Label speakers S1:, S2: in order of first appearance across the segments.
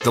S1: The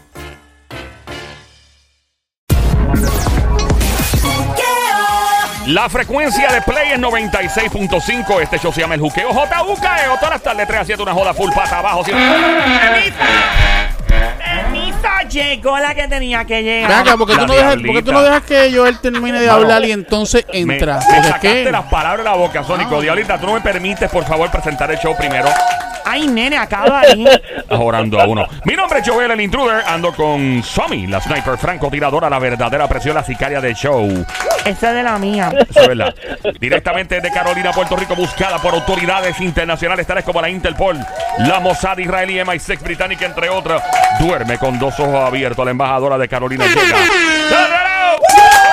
S2: La frecuencia de Play es 96.5. Este show se llama El Juqueo. J.U.K.E.O. E Todas las tardes, 3 a 7, una joda full pata abajo. siempre.
S3: Ah,
S4: Permiso, llegó la que tenía que llegar.
S3: Ven acá, ¿por qué,
S2: La
S3: tú no dejas, por qué tú no
S2: diablita.
S3: dejas que Joel termine de
S2: Mano,
S3: hablar y entonces
S2: Me,
S3: entra?
S2: me
S3: Porque es
S2: sacaste
S3: que-
S2: las palabras de la boca, Sónico.
S3: Ah.
S2: Diablita, tú no me permites, por favor, presentar el show primero.
S4: Ay, nene, acaba ahí.
S2: Estás orando a uno. Mi nombre es Joel, el intruder. Ando con Somi, la sniper francotiradora, la verdadera presión, la sicaria del show.
S4: Esa es de la mía.
S2: Eso es verdad. Directamente de Carolina, Puerto Rico, buscada por autoridades internacionales, tales como la Interpol, la Mossad israelí, MI6 E británica, entre otras. Duerme con dos ojos abiertos. La embajadora de Carolina llega.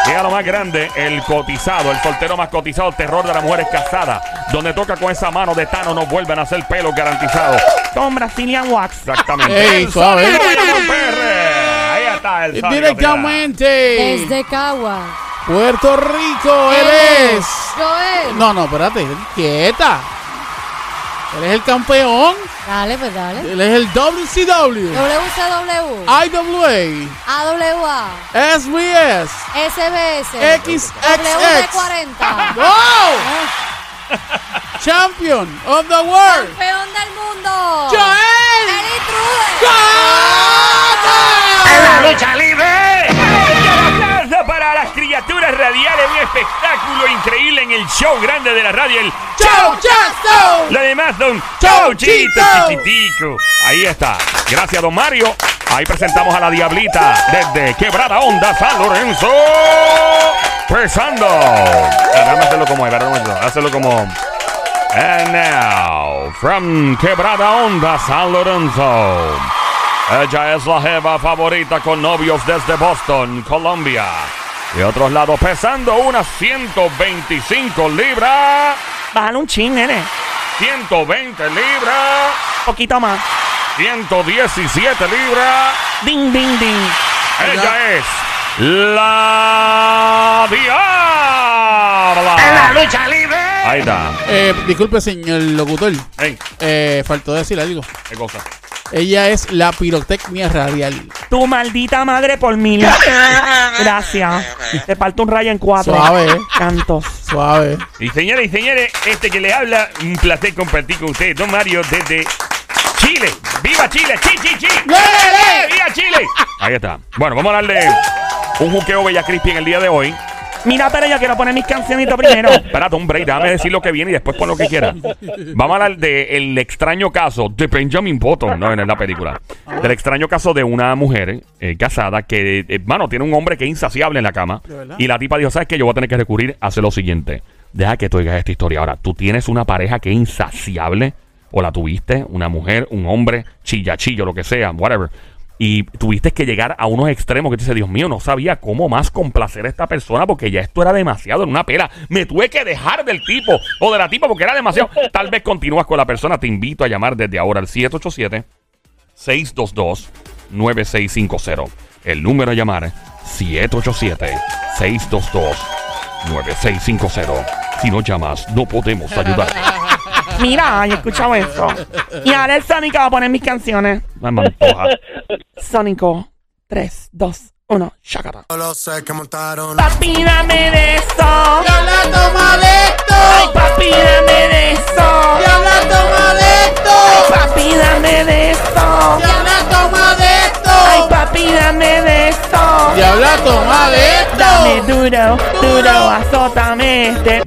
S2: Llega lo más grande, el cotizado, el soltero más cotizado, el terror de las mujeres casadas. Donde toca con esa mano de Tano, no vuelven a hacer pelo garantizado.
S4: Con Brazilian Wax.
S2: Exactamente.
S3: Ey,
S2: El
S3: suave. Eh,
S2: Sónico de la PR. Ahí está el Sónico,
S3: Directamente
S5: Desde Cagua.
S3: Puerto Rico, él es.
S5: Joel.
S3: No, no, espérate, quieta. Él es el campeón.
S5: Dale, pues dale.
S3: Él es el WCW,
S5: WCW,
S3: IWA,
S5: AWA,
S3: SBS.
S5: SBS,
S3: XXX.
S5: W40,
S3: ¡Wow! Champion of the world.
S5: campeón del mundo, el
S3: Joel.
S5: intruder.
S3: ¡Cata!
S2: ¡La lucha libre! ¡Un aplauso para las criaturas radiales! Un espectáculo increíble en el show grande de la radio. El
S3: ¡Chao, chao!
S2: Lo demás, don
S3: Chau,
S2: Chauchito
S3: Chito.
S2: Chiquitico. Ahí está. Gracias, don Mario. Ahí presentamos a la Diablita desde Quebrada Onda, San Lorenzo. Pesando. Eh, Déjame hacerlo como es, perdón, perdón. Hacerlo como. And now, from Quebrada Onda, San Lorenzo. Ella es la jeva favorita con novios desde Boston, Colombia. Y otros lados, pesando unas 125 libras.
S4: Bájale un chin, nene.
S2: 120 libras,
S4: Poquito más.
S2: 117 libras.
S4: Ding, ding, ding.
S2: Ella es la Diabla.
S4: lucha libre.
S2: Ahí está.
S3: Eh, disculpe, señor locutor.
S2: Ey,
S3: Eh, faltó decir algo.
S2: qué cosa.
S3: Ella es la pirotecnia radial.
S4: Tu maldita madre por mil. Gracias. Te parto un rayo en cuatro.
S3: Suave, eh.
S4: Cantos.
S3: Suave.
S2: Y señores y señores, este que le habla, un placer compartir con ustedes, don Mario, desde Chile. ¡Viva Chile! ¡Chi, chi, chi! ¡Viva Chile! Ahí está. Bueno, vamos a darle un juqueo Bella Crispy en el día de hoy.
S4: Mira, pero yo quiero poner mis canciones primero.
S2: Espérate, un break, déjame decir lo que viene y después pon lo que quiera. Vamos a hablar del extraño caso de Benjamin Button, no, en la película. Del extraño caso de una mujer eh, casada que, hermano, tiene un hombre que es insaciable en la cama.
S3: verdad?
S2: Y la tipa dijo, ¿sabes qué? Yo voy a tener que recurrir a hacer lo siguiente. Deja que tú digas esta historia. Ahora, tú tienes una pareja que es insaciable, o la tuviste, una mujer, un hombre, chillachillo, lo que sea, whatever. Y tuviste que llegar a unos extremos que tú dices, Dios mío, no sabía cómo más complacer a esta persona porque ya esto era demasiado en una pera. Me tuve que dejar del tipo o de la tipa porque era demasiado. Tal vez continúas con la persona. Te invito a llamar desde ahora al 787 622-9650. El número a llamar 787-622-9650. Si no llamas, no podemos ayudar.
S4: Mira, yo he escuchado eso. Y ahora el Sónico va a poner mis canciones.
S2: Mamá antoja.
S4: Sónico. 3, 2, 1.
S2: Chácata.
S6: Lo sé que montaron.
S4: Papi, dame de eso.
S3: ¡Diabla, toma de
S4: Ay,
S3: esto!
S4: papi, dame de eso.
S3: ¡Diabla, toma de esto!
S4: Papi, dame de eso.
S3: ¡Diabla, toma de
S4: Ay,
S3: esto!
S4: papi, dame de eso.
S3: ¡Diabla, toma de
S4: Dame
S3: esto!
S4: duro, duro, azótame este.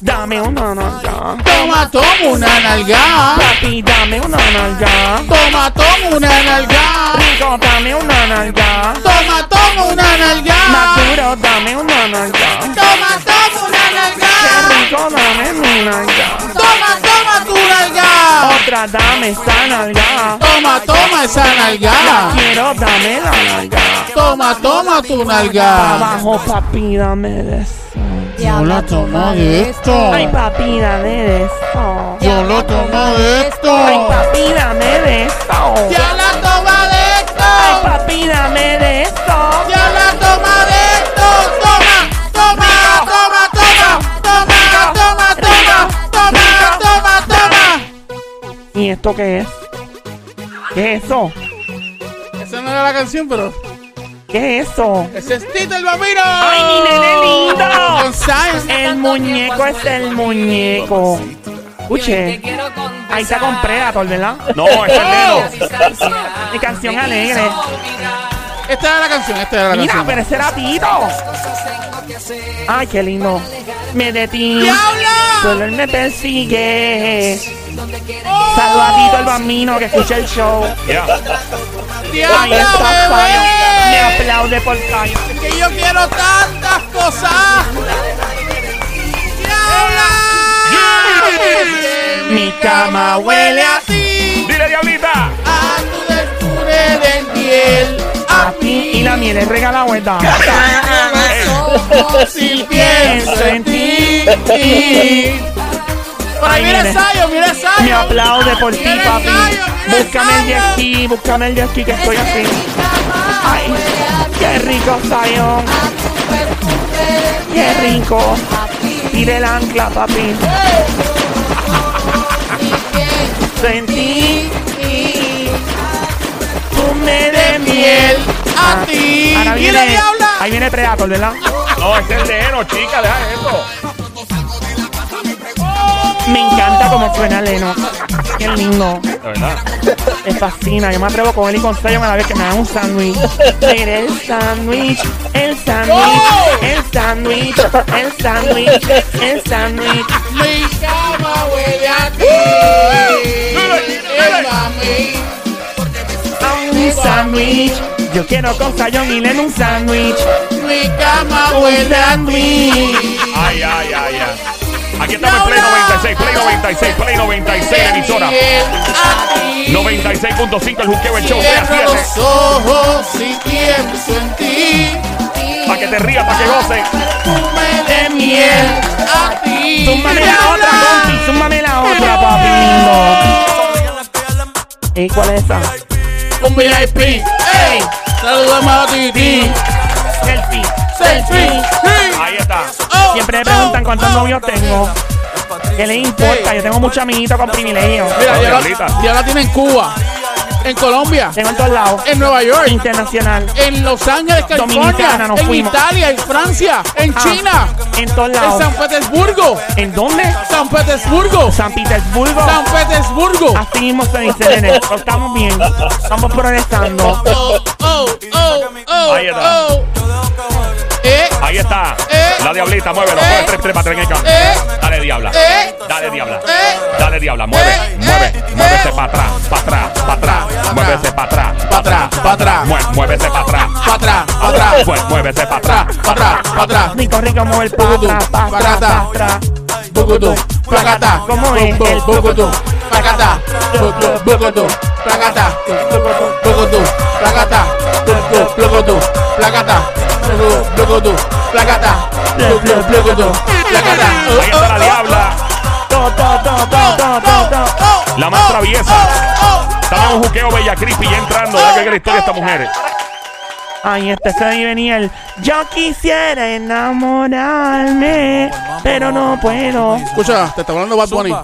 S4: Dame una nalga.
S3: Toma, toma una nalga.
S4: Papi, dame una nalga.
S3: Toma, toma una nalga.
S4: Rico, dame una nalga.
S3: Toma, toma una
S4: Más
S3: nalga.
S4: duro, dame una nalga.
S3: Toma, toma una
S4: Qué
S3: nalga.
S4: rico, dame mi nalga.
S3: Toma, toma tu nalga.
S4: Ok, otra, dame esa nalga.
S7: Toma, toma esa
S4: La
S7: nalgada.
S4: quiero, dame la nalga.
S7: Toma, toma tu nalgada.
S4: Abajo, papi, dame de eso.
S7: Yo la tomo de esto.
S4: Ay, papi, dame de eso.
S7: Yo lo tomo de
S4: Ay,
S7: esto.
S4: papi, dame de eso.
S7: Ya la toma de
S4: Ay,
S7: esto.
S4: papi, dame de eso.
S7: Ya la toma de esto. Toma, toma, toma, toma. Toma, toma, toma. Toma, toma, toma.
S4: ¿Y esto qué es? ¿Qué es eso?
S7: Esa no era la canción, pero.
S4: ¿Qué es eso?
S7: Ese es Tito el Bambino.
S4: ¡Ay, mi nene lindo!
S7: Con Zion.
S4: El muñeco es el muñeco. Escuche, ahí está con Predator, ¿verdad?
S2: No, es el dedo.
S4: Mi canción alegre.
S7: Esta era la canción, esta era la
S4: Mira,
S7: canción.
S4: pero ese era Tito. Ay, qué lindo. Me detiene.
S7: ¡Diablo!
S4: Solo él me persigue. Saluda a Tito el bambino que escucha el show.
S2: Ya.
S4: Ahí
S7: ¡Diablo,
S4: está Zion. Me
S7: bebé!
S4: aplaude por Zion.
S7: que yo quiero tantas cosas. ¡Diabla!
S4: Mi cama huele a
S7: ti,
S2: Dile, diablita.
S7: a tu dulzura de piel, a mí
S4: Y la miel es regala vuelta.
S7: Si pienso en ti. Pero
S4: Ahí
S7: mira
S4: viene.
S7: Sayo, mira Sayo.
S4: Me aplaude por ti,
S7: Mira el
S4: papi.
S7: gallo, mira el
S4: Búscame el jet
S7: gallo.
S4: ski, búscame el jet ski que estoy así. Ay, qué rico, Zion. Qué rico. Tire el ancla, papi. Sentí tú me de miel.
S7: Miel a ti.
S4: Ahora
S7: Mira
S4: viene, ahí
S7: diabla.
S4: viene Predator, ¿verdad?
S2: No, es el dedo, chica, deja eso.
S4: Me encanta cómo suena Leno. Qué lindo.
S2: De verdad.
S4: Me fascina. Yo me atrevo con él y con Zion a la vez que me hagan un sándwich. Mira el sándwich, el sándwich,
S7: ¡Oh!
S4: el sándwich, el sándwich, el sándwich.
S7: Mi cama huele a ti.
S2: dale.
S7: Mami.
S4: A un sándwich. Yo quiero con Zion y Leno un sándwich.
S7: Mi cama huele a ti.
S2: Ay, ay, ay, ay. Aquí estamos en Play 96, Play 96, Play 96, la emisora.
S7: Miel a ti.
S2: 96.5, el juqueo, el show, sea 7.
S7: Cierro los ojos si pienso en ti.
S2: Para que te rías, para que goces.
S7: Perfume de miel a ti.
S4: Súmame la otra, papi. Súmame la otra, papi lindo. ¿Y cuál es esa?
S7: Un VIP. Ey. Saludamos a Titi.
S4: Selfie.
S7: Selfie.
S2: Ahí está.
S7: Oh,
S4: Siempre me
S7: oh,
S4: preguntan cuántos
S7: oh.
S4: novios tengo. ¿Qué les importa? Yo tengo muchos amiguitos con privilegios.
S7: Mira,
S2: Oh,
S7: ya
S2: diablita.
S7: la, ya la tiene en Cuba, en Colombia,
S4: Tengo en todos lados.
S7: en Nueva York,
S4: Internacional.
S7: en Los Ángeles,
S4: Dominicana,
S7: California,
S4: nos
S7: en
S4: fuimos.
S7: Italia, en Francia, en
S4: Ah,
S7: China,
S4: En todos
S7: en
S4: lados.
S7: San Petersburgo,
S4: ¿En dónde?
S7: San Petersburgo,
S4: San Petersburgo.
S7: San Petersburgo.
S4: Así mismo se dice, nene. Pero Estamos bien. Estamos progresando.
S7: Oh, oh, oh, oh,
S2: Ahí está.
S7: oh. Eh,
S2: Ahí está.
S7: Eh.
S2: La diablita, muévelo.
S7: Eh.
S2: Mueve tres, tres, para en el campo.
S7: Eh.
S2: Dale, diabla.
S7: Eh.
S2: Dale, diabla.
S7: Eh.
S2: Dale, diabla. Mueve,
S7: Eh.
S2: mueve.
S7: Eh.
S2: Muévese para atrás, para atrás, para atrás. Muévese para atrás,
S7: Pa' atrás, pa' atrás.
S2: Mue- Muévese para atrás.
S7: pa' atrás, pa' atrás,
S2: Mue- Muévese para
S7: pa'
S2: atrás,
S7: atrás, pa' atrás, pa' atrás.
S4: Rico, rico, mueve el pa' atrás, pa' atrás, pa' atrás.
S7: Bucutú, placata,
S4: ¿Cómo es?
S7: bu- bu-
S4: El-
S7: bucutú, placata, bu- bu- bucutú, placata, bucutú, placata, bu- bu- bucutú, placata, bu- bu- bucutú, placata, bu- bu- bucutú, placata. Oh,
S2: Ahí está la diabla.
S4: To, to, to, to, to, to, to.
S2: La más traviesa. Estamos en un juqueo bella creepy ya entrando. Ya que la historia de esta mujer.
S4: Ay, este se ahí venía el Yo quisiera enamorarme, pero no puedo.
S7: Escucha, te está hablando Bad Bunny.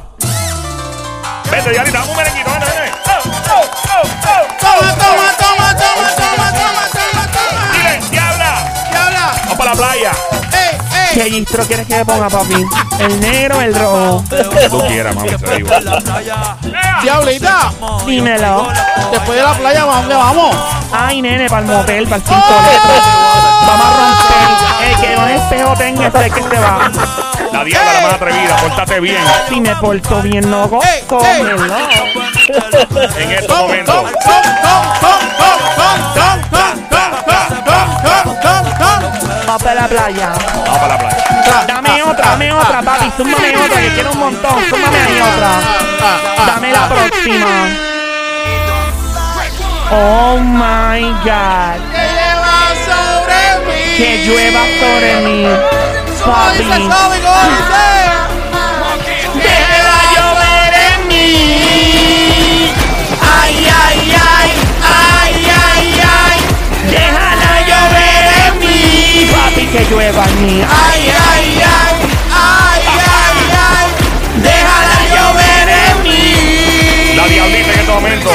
S2: Vete, diablita, dame un merenguito. Ven, ven, ven. Oh, oh, oh,
S7: Toma, toma, toma, toma, toma, toma, toma,
S2: oh.
S7: toma.
S2: Dile, diabla.
S7: Diabla,
S2: Vamos para la playa.
S7: ey, ey.
S4: ¿Qué distro quieres que le ponga, papi? ¿El negro o el rojo?
S2: Que tú quieras, mami, te digo.
S4: Ah,
S7: Diablita,
S4: Dímelo.
S7: después de la playa, ¿a dónde vamos?
S4: Ay, nene, para el motel, para el cinto
S7: Oh.
S4: letras. este. Vamos a romper. El que más espejo tenga este es el que se va.
S2: La diabla, la más atrevida. Pórtate bien
S4: Si me porto bien, no gozo.
S7: Ey, ey.
S4: hello.
S2: en este estos
S7: Tom, tom,
S2: momentos.
S7: tom, tom, tom, tom, tom, tom, tom, tom, tom, tom, tom, tom.
S4: Vamos para la playa.
S2: Vamos para la playa.
S4: Dame otra, dame otra, papi. Súmame otra, que quiero un montón. Súmame a mí
S7: Ah,
S4: otra. Dame la próxima. Oh my God.
S7: Que lleva sobre mí.
S4: Que llueva sobre mí. Papi.
S7: Ah, Deja llover en mí. Ay, ay, ay, ay, ay, ay.
S4: Déjala
S7: Llover en mí.
S4: Papi, que llueva en mí.
S7: Ay, ay, ay, ay, ay, ay. Déjala llover en mí.
S2: La diablita en este momento.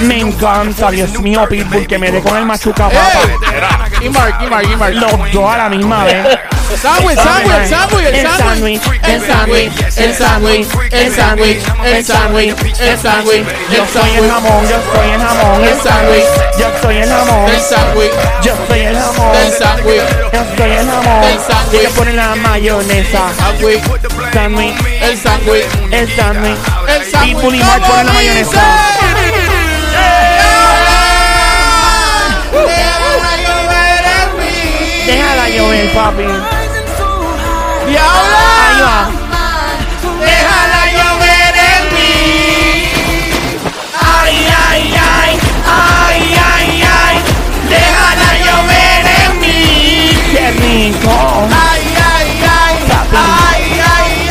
S4: Me encanta, Dios mío, Pitbull, que me dé con el machuca, papá.
S2: Era.
S7: Eh. Y Mark, y Mark, y Mark.
S4: Los dos a la misma vez.
S7: Sándwich, sándwich, sándwich, el
S4: El
S7: sándwich.
S4: sándwich,
S7: El sándwich, el sándwich, el sándwich, el sándwich, el sándwich,
S4: Yo
S7: el
S4: soy el
S7: sándwich,
S4: jamón, yo soy el jamón.
S7: el sándwich,
S4: Yo soy el jamón.
S7: el sándwich,
S4: Yo soy el jamón.
S7: el sándwich,
S4: Yo soy el jamón.
S7: El sándwich.
S4: Ellos ponen la mayonesa. Sándwich,
S7: el sándwich,
S4: el sándwich.
S7: el sándwich.
S4: Pitbull y Mark
S7: ¿Cómo
S4: ponen la
S7: dice?
S4: mayonesa.
S7: Déjala ¡Eh! llover en mí.
S4: Déjala llover, papi. Ahí
S7: Diabla,
S4: va.
S7: déjala llover en mí. Ay, ay, ay, ay, ay, ay. Déjala llover en mí.
S4: Qué rico.
S7: Ay, ay, ay,
S4: Papi.
S7: ay, ay, ay.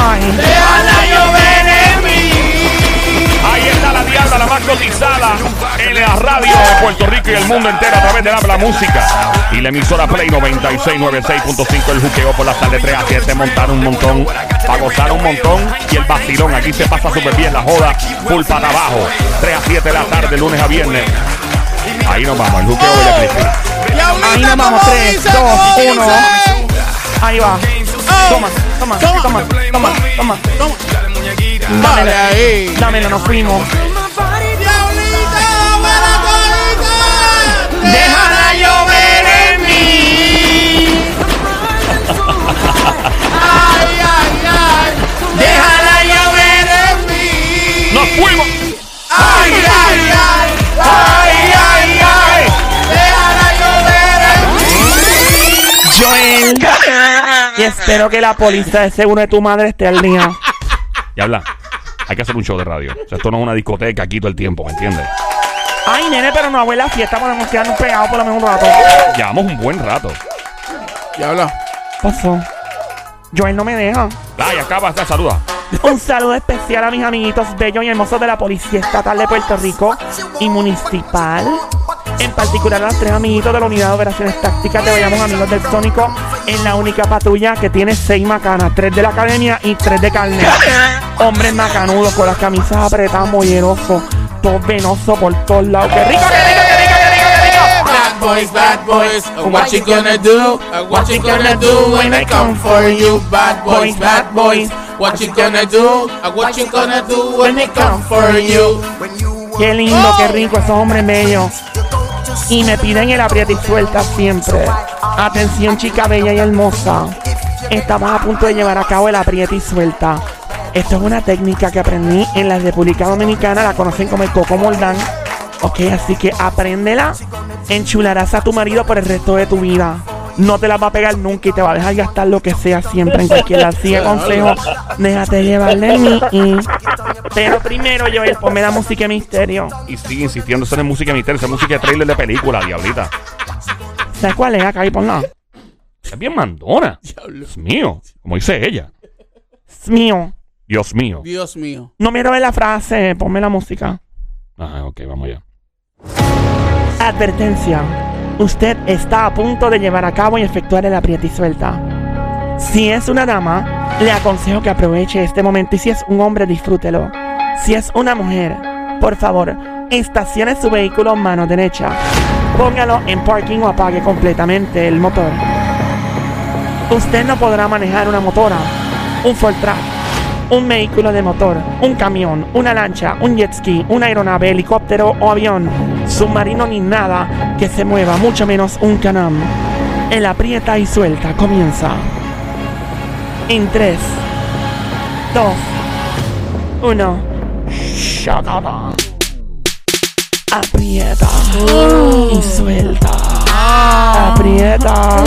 S4: Ay.
S7: Déjala llover en mí.
S2: Ahí está la diabla, la más cotizada en la radio de Puerto Rico y el mundo entero a través de la, la música. Y la emisora Play 9696.5, el juqueo por la tarde 3 a 7, montar un montón, a gozar un montón y el vacilón. Aquí se pasa súper bien la joda, full para abajo, 3 a 7 de la tarde, lunes a viernes. Ahí nos vamos, el juqueo de la Cristina.
S4: Ahí nos
S7: Diablita,
S4: vamos,
S7: ¿cómo
S4: tres,
S7: dice?
S4: dos,
S7: ¿Cómo
S4: uno.
S7: dice?
S4: Ahí va.
S7: Oh.
S4: Toma, toma, toma, toma, toma, toma.
S7: Dale ahí.
S4: Dámelo, nos fuimos.
S7: Diablita, para colita, déjala llover en mí. Ay, ay, ay, déjala llover en mí.
S2: ¡Nos fuimos!
S7: Ay, ay, ay, ay, ay, ay, déjala llover en mí.
S4: Joel. Y espero que la póliza de seguro de tu madre esté al día.
S2: Diabla, hay que hacer un show de radio. O sea, esto no es una discoteca aquí todo el tiempo, ¿me entiendes?
S4: Ay, nene, pero no abuela fiesta, podemos quedarnos pegados por lo menos un rato.
S2: Llevamos un buen rato.
S7: Diabla,
S4: Pasó. Joel no me deja.
S2: Ay, acaba esta saluda.
S4: Un saludo especial a mis amiguitos bellos y hermosos de la Policía Estatal de Puerto Rico y Municipal. En particular a los tres amiguitos de la Unidad de Operaciones Tácticas de Bayamón, amigos del Sónico, en la única patrulla que tiene seis macanas, tres de la academia y tres de carne. Hombres macanudos con las camisas apretadas, mollerosos, todos venosos por todos lados. ¡Qué rico, qué rico, qué rico, qué rico, qué rico!
S7: Bad boys, bad boys, what you gonna do? What you gonna do when I come for you? Bad boys, bad boys, what you gonna do? What you gonna do when I come for you?
S4: Qué lindo, qué rico esos hombres bellos. Y me piden el apriete y suelta siempre. Atención, chica bella y hermosa. Estamos a punto de llevar a cabo el apriete y suelta. Esto es una técnica que aprendí en la República Dominicana, la conocen como el coco moldán. Ok, así que apréndela, enchularás a tu marido por el resto de tu vida. No te la va a pegar nunca y te va a dejar gastar lo que sea siempre en cualquier lado. Sigue consejo, déjate llevar de mí. y- Pero primero, Joel, ponme la música de misterio.
S2: Y sigue insistiendo, eso no es música de misterio, eso es música de trailer de película, diablita.
S4: ¿Sabes cuál es? Acá y ponla.
S2: Es bien mandona. Dios mío, como dice ella.
S4: Es mío.
S2: Dios mío.
S7: Dios mío.
S4: No me robes la frase, ponme la música.
S2: Ah, ok, vamos allá.
S4: Advertencia. Usted está a punto de llevar a cabo y efectuar el apriete y suelta. Si es una dama, le aconsejo que aproveche este momento y si es un hombre, disfrútelo. Si es una mujer, por favor, estacione su vehículo mano derecha. Póngalo en parking o apague completamente el motor. Usted no podrá manejar una motora, un Ford Track, un vehículo de motor, un camión, una lancha, un jet ski, una aeronave, helicóptero o avión, submarino ni nada que se mueva, mucho menos un canam. El aprieta y suelta comienza. En 3, 2, 1. Shakata. Aprieta y suelta. Aprieta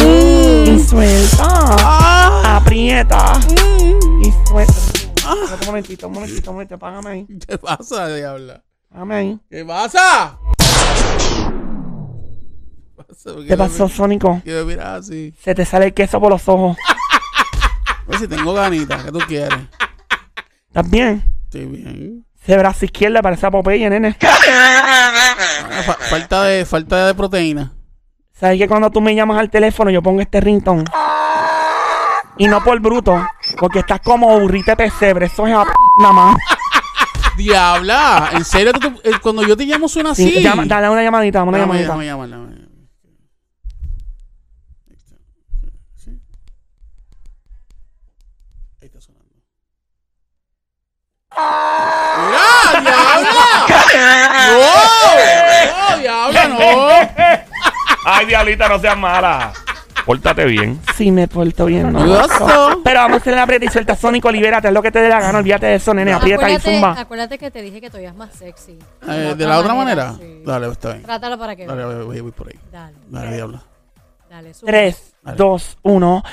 S4: Suelta.
S3: Ah,
S4: Aprieta.
S3: mm.
S4: Y suelta. Un momentito, un momentito, un momentito. Págame ahí.
S3: ¿Qué pasa, diabla?
S4: Págame ahí.
S3: ¿Qué pasa?
S4: ¿Qué pasó, Sónico?
S3: Quiero mirar así.
S4: Se te sale el queso por los ojos.
S3: Oye, si tengo ganitas, ¿qué tú quieres?
S4: ¿Estás bien?
S3: Estoy bien.
S4: Ese brazo izquierda parece a Popeye, nene.
S3: Ah, fa- falta, de, falta de proteína.
S4: ¿Sabes que cuando tú me llamas al teléfono yo pongo este ringtone? Y no por bruto, porque estás como burrita pesebre, eso es a p nada más.
S3: Diabla, en serio, tú te- eh, cuando yo te llamo suena
S4: Sí,
S3: así.
S4: llama- dale una llamadita, una
S3: Déjame,
S4: llamadita.
S3: déjame llamar, déjame llamar. Sí. Ahí está sonando. ¡Mira, diabla! ¡No! ¡No, diabla, no!
S2: Ay, diablita, no seas mala. Pórtate bien.
S4: Sí, me porto bien, ¿no?
S3: ¡Grosso!
S4: Pero vamos a hacer la aprieta y suelta, Sónico, libérate, es lo que te dé la gana, olvídate de eso, nene, aprieta y
S5: acuérdate,
S4: zumba.
S5: acuérdate que te dije que todavía es más sexy.
S3: Eh, ¿De la otra manera?
S5: sí.
S3: Dale, está bien.
S5: Trátalo para que
S3: Dale,
S5: veas.
S3: voy, voy- voy por ahí.
S5: Dale,
S3: Dale, diabla.
S5: dale. sube.
S4: Tres,
S3: Dale.
S4: dos, uno.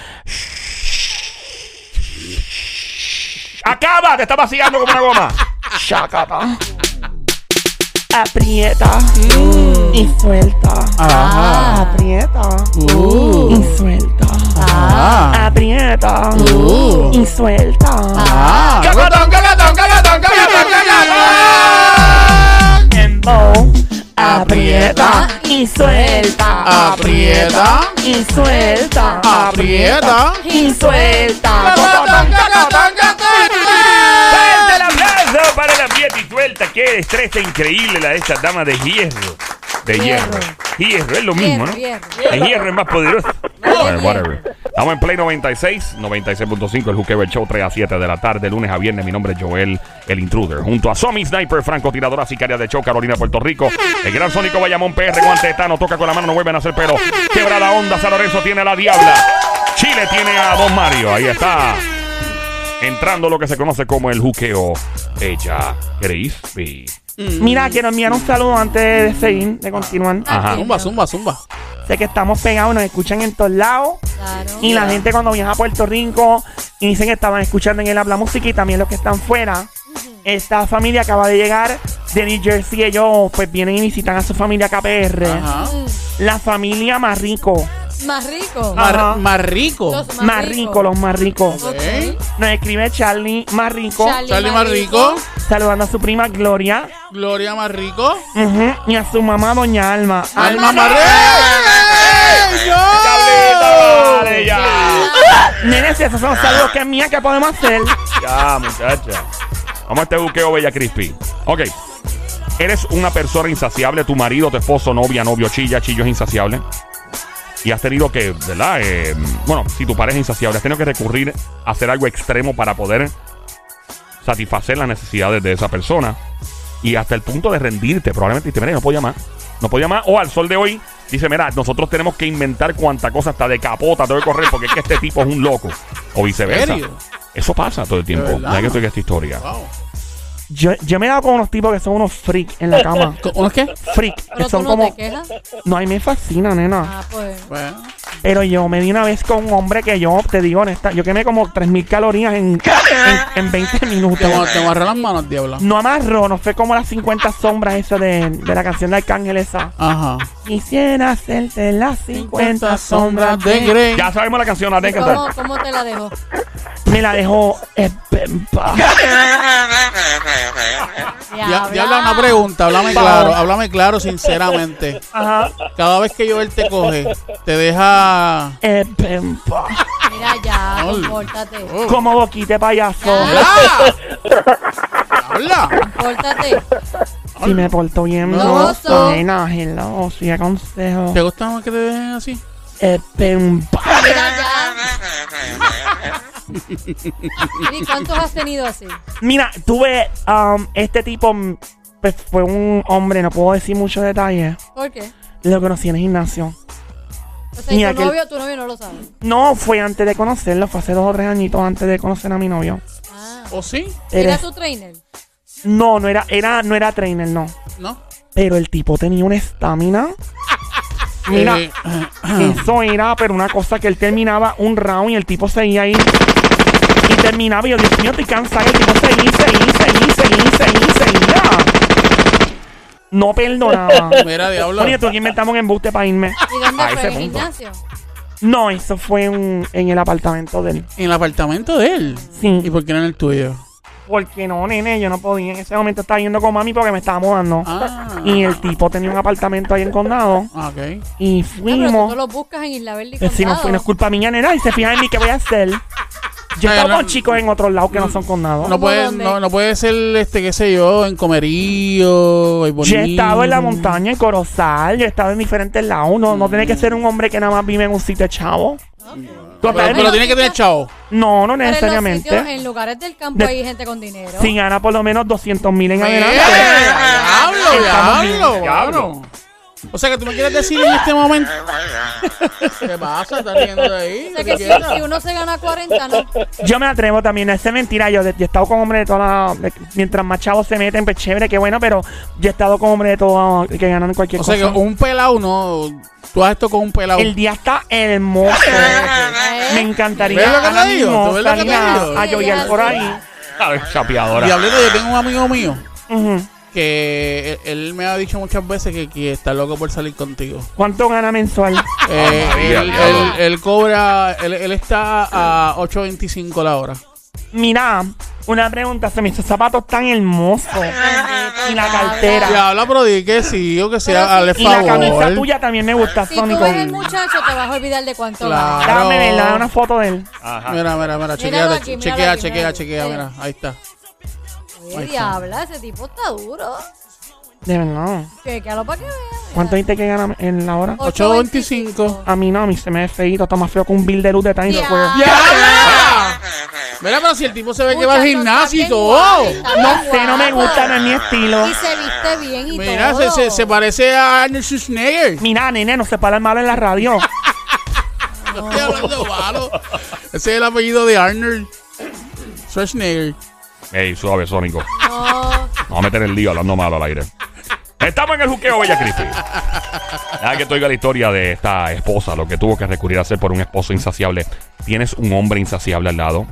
S2: Acaba, te está vaciando como una goma.
S4: Shakata. Aprieta y suelta.
S3: ¡Ajá!
S5: Ah,
S4: Mm. Aprieta
S3: ¡Uh!
S4: y suelta.
S3: ¡Ah!
S4: Aprieta
S3: Uh.
S4: y suelta.
S3: ¡Ah!
S2: Cacatón, cacatón, cacatón, cacatón, cacatón.
S4: Dembow. Aprieta y suelta.
S3: ¡Aprieta!
S4: Y suelta.
S3: ¡Aprieta!
S4: Y suelta.
S2: Fuerte el aplauso para la fiesta y suelta. Qué destreza increíble la de esta dama de hierro. De hierro. Hierro, es lo mismo, ¿no?
S5: Hierro, hierro.
S2: El hierro es más poderoso. Bueno,
S5: hierro.
S2: whatever. Estamos en Play 96, 96.5, el Juqueo, el show 3 a 7 de la tarde, lunes a viernes. Mi nombre es Joel, el intruder. Junto a Somi Sniper, Franco, tiradora, sicaria de show, Carolina, Puerto Rico. El gran sónico Bayamón PR, guante de Tano, toca con la mano, no vuelven a hacer pero. Quebra la onda, San Lorenzo tiene a la diabla. Chile tiene a Don Mario, ahí está. Entrando lo que se conoce como el juqueo. Ella, Crispy.
S4: Mira, quiero enviar un saludo antes de seguir, de continuar.
S2: Ajá.
S3: Zumba, zumba, zumba.
S4: Sé que estamos pegados, nos escuchan en todos lados.
S5: Claro.
S4: Y la gente cuando viaja a Puerto Rico y dicen que estaban escuchando en el habla música y también los que están fuera. Esta familia acaba de llegar de New Jersey. Ellos pues vienen y visitan a su familia KPR.
S3: Ajá.
S4: La familia más rico.
S5: Mm, Más rico.
S4: Ah, Ajá.
S3: Mar- más rico.
S5: Los
S4: Más rico, los más ricos.
S5: Ok.
S3: ¿Eh?
S4: Nos escribe Charlie más rico.
S3: Charlie más rico.
S4: Saludando a su prima Gloria.
S3: Gloria más rico.
S4: Ujú, Y a su mamá Doña Alma. Ah,
S3: Alma más
S2: ¡Diablita,
S3: rico.
S2: vale, ya!
S4: Nene, si esos son saludos que es mía, ¿qué podemos hacer?
S2: Ya, muchacha. Vamos a este buqueo, Bella Crispy. Ok. Eres una persona insaciable. Tu marido, tu esposo, novia, novio, chilla, chillo es insaciable. Y has tenido que, ¿verdad? Eh, bueno, si tu pareja es insaciable, has tenido que recurrir a hacer algo extremo para poder satisfacer las necesidades de esa persona. Y hasta el punto de rendirte, probablemente dijiste, mira, no podía más. No podía más. O al sol de hoy, dice, mira, nosotros tenemos que inventar cuanta cosa, hasta de capota tengo que correr, porque es que este tipo es un loco. O viceversa.
S3: serio?
S2: Eso pasa todo el tiempo.
S3: ¿De verdad?
S2: Ya que estoy en esta historia.
S3: Wow.
S4: Yo, yo me he dado con unos tipos que son unos freak en la cama.
S3: Co- ¿Uno es qué?
S4: Freak.
S5: Pero
S4: Que
S5: tú
S4: son
S5: no
S4: como.
S5: te quejas.
S4: No, a mí me fascina, nena.
S5: Ah, pues.
S3: Bueno.
S4: Pero yo me vi una vez con un hombre que yo, te digo honesta, yo quemé como 3.000 calorías en, en, en 20
S3: Te,
S4: minutos.
S3: ma- te amarré las manos, diabla.
S4: No amarró, no fue como las 50 sombras esa de, de la canción de Arcángel esa.
S3: Ajá.
S4: Quisiera hacerte las 50
S3: 50
S4: sombras de Grey.
S3: Grey.
S2: Ya sabemos la canción, la
S5: ¿Y
S2: tienen que
S5: ¿Cómo,
S2: cantar.
S5: ¿Cómo te la dejó?
S4: Me la dejó espempa.
S3: Ya- Diabla, una pregunta. Háblame
S4: Vamos.
S3: claro, háblame claro, sinceramente.
S4: Ajá.
S3: Cada vez que Joel te coge, te deja.
S4: Espempa.
S5: Mira ya,
S3: Ol. Oh.
S5: compórtate.
S4: Como boquite payaso.
S3: ¡Habla! ¡Habla!
S5: Compórtate.
S4: Si me porto bien,
S3: No,
S4: no
S5: so.
S4: soy nada, hello, si aconsejo.
S3: ¿Te gusta más que te dejen así?
S4: Espempa.
S5: Mira ya. ¿Y cuántos has tenido así?
S4: Mira, tuve um, este tipo, mm, pues, fue un hombre, no puedo decir muchos detalles.
S5: ¿Por qué?
S4: Lo conocí en el gimnasio.
S5: O
S4: Ni
S5: sea, y tu
S4: aquel-
S5: novio, tu novio no lo sabe.
S4: No, fue antes de conocerlo, fue hace dos o tres añitos antes de conocer a mi novio.
S5: Ah.
S3: ¿O sí?
S5: Era
S4: Era-
S5: tu trainer.
S4: no, no era, era, no era trainer, no.
S3: ¿No?
S4: Pero el tipo tenía una estamina. Mira,
S3: Eh,
S4: eso era, pero una cosa que él terminaba un round y el tipo seguía ahí. Y terminaba y yo, Dios mío, estoy cansado. Y el tipo seguía, y seguía, y seguía, y seguía, y seguía, y seguía. No perdonaba.
S3: Mira, diablo.
S4: Oye, tú aquí inventamos un embuste para irme.
S5: ¿Y dónde
S3: Ah,
S2: A
S5: fue?
S2: ese
S5: ¿En Ah, el
S2: punto.
S5: gimnasio?
S4: No, eso fue en, en el apartamento de él.
S3: En el apartamento de él.
S4: Sí.
S3: ¿Y por qué no en el tuyo?
S4: Porque no, nene, yo no podía. En ese momento estaba yendo con mami porque me estaba mudando.
S3: Ah.
S4: Y el tipo tenía un apartamento ahí en Condado.
S3: Ah, Ok.
S4: Y
S5: No, pero tú no
S4: fuimos.
S5: lo buscas en Isla Verde y
S4: Pues si no,
S5: Condado.
S4: fui, no es culpa mía, nena. Y se fijan en mí, ¿qué voy a hacer? Yo
S3: No,
S4: estaba
S3: no,
S4: con chicos en otros lados que no son Condado.
S3: No puede,
S5: ¿Dónde?
S3: no, no puede ser, este, qué sé yo, en Comerío, en
S4: Yo he estado en la
S3: Bonito.
S4: montaña, en Corozal, yo he estado en diferentes lados. No, no tiene que ser un hombre que nada más vive en un sitio chavo. Tú
S3: Pero,
S4: estás en-
S3: pero tiene que tener chavo.
S4: no, no
S5: Pero en los sitios-
S4: necesariamente.
S5: En lugares del campo
S4: De-
S5: hay gente con dinero.
S4: Si gana por lo menos 200 mil en
S3: ¡Eh!
S4: adelante.
S3: ¡Diablo,
S4: Estamos bien,
S3: diablo,
S2: diablo.
S3: diablo! O sea que tú me quieres decir en este momento. ¿Qué pasa? ¿Estás riendo de ahí?
S5: O sea
S3: ¿Qué
S5: que
S3: te
S5: si,
S3: quieres?
S5: si uno se gana 40, no.
S4: Yo me atrevo también, no es mentira. Yo, yo he estado con hombres de toda la- Mientras más chavos se meten, pues chévere, qué bueno, pero yo he estado con hombres de todo que ganan cualquier
S3: O
S4: cosa.
S3: sea que un pelado no. Tú has esto con un pelado.
S4: El día está hermoso. Me encantaría
S3: ¿Ves lo que te
S4: ahora
S3: digo?
S4: mismo
S3: ¿Tú ves lo que
S4: salir
S3: te digo?
S4: a, a llorar por ahí.
S2: A ver, chapeadora.
S3: Diablito, yo tengo un amigo mío
S4: Ujú.
S3: que él, él me ha dicho muchas veces que, que está loco por salir contigo.
S4: ¿Cuánto gana mensual?
S3: Eh,
S2: Ah, María,
S3: él,
S2: diablo.
S3: él- él cobra. Él, él está a 8.25 la hora.
S4: Mira, una pregunta, se me hizo zapatos tan hermosos. Y la cartera.
S3: Diablo, pero di que sí o que sea. Hazle
S4: Y la camisa
S3: favor.
S4: tuya también me gusta,
S5: Si tú
S4: Sónico.
S5: ves el muchacho, te vas a olvidar de cuánto gana.
S3: Claro.
S4: Dame verla, una foto de él.
S2: Ajá.
S3: Mira, mira, mira,
S5: Míralo
S3: chequea,
S5: aquí, míralo
S3: chequea,
S5: aquí,
S3: chequea,
S5: míralo.
S3: chequea,
S5: Sí.
S3: mira, ahí está.
S5: Oye, diabla, ese tipo está duro.
S4: De verdad.
S5: Chequealo para que veas.
S4: ¿Cuánto dijiste que gana en la hora?
S3: 8.25.
S4: A mí no, a mí se me ve feito, está más feo que un bill de luz de Tiny
S5: Ya.
S4: Square.
S3: ¡Ya! Mira, pero si el tipo se ve que va al gimnasio y todo.
S4: No sé, no me gusta, no es mi estilo.
S5: Y se viste bien y
S3: Mira,
S5: todo.
S3: se, se, se parece a Arnold Schwarzenegger.
S4: Mira, nene, no se para el malo en la radio.
S3: No estoy hablando malo. Ese es el apellido de Arnold Schwarzenegger.
S2: Ey, suave, Sónico.
S5: No,
S2: Vamos a meter el lío hablando malo al aire. Estamos en el juqueo, Bella Cristi. Deja que te oiga la historia de esta esposa, lo que tuvo que recurrir a hacer por un esposo insaciable. Tienes un hombre insaciable al lado,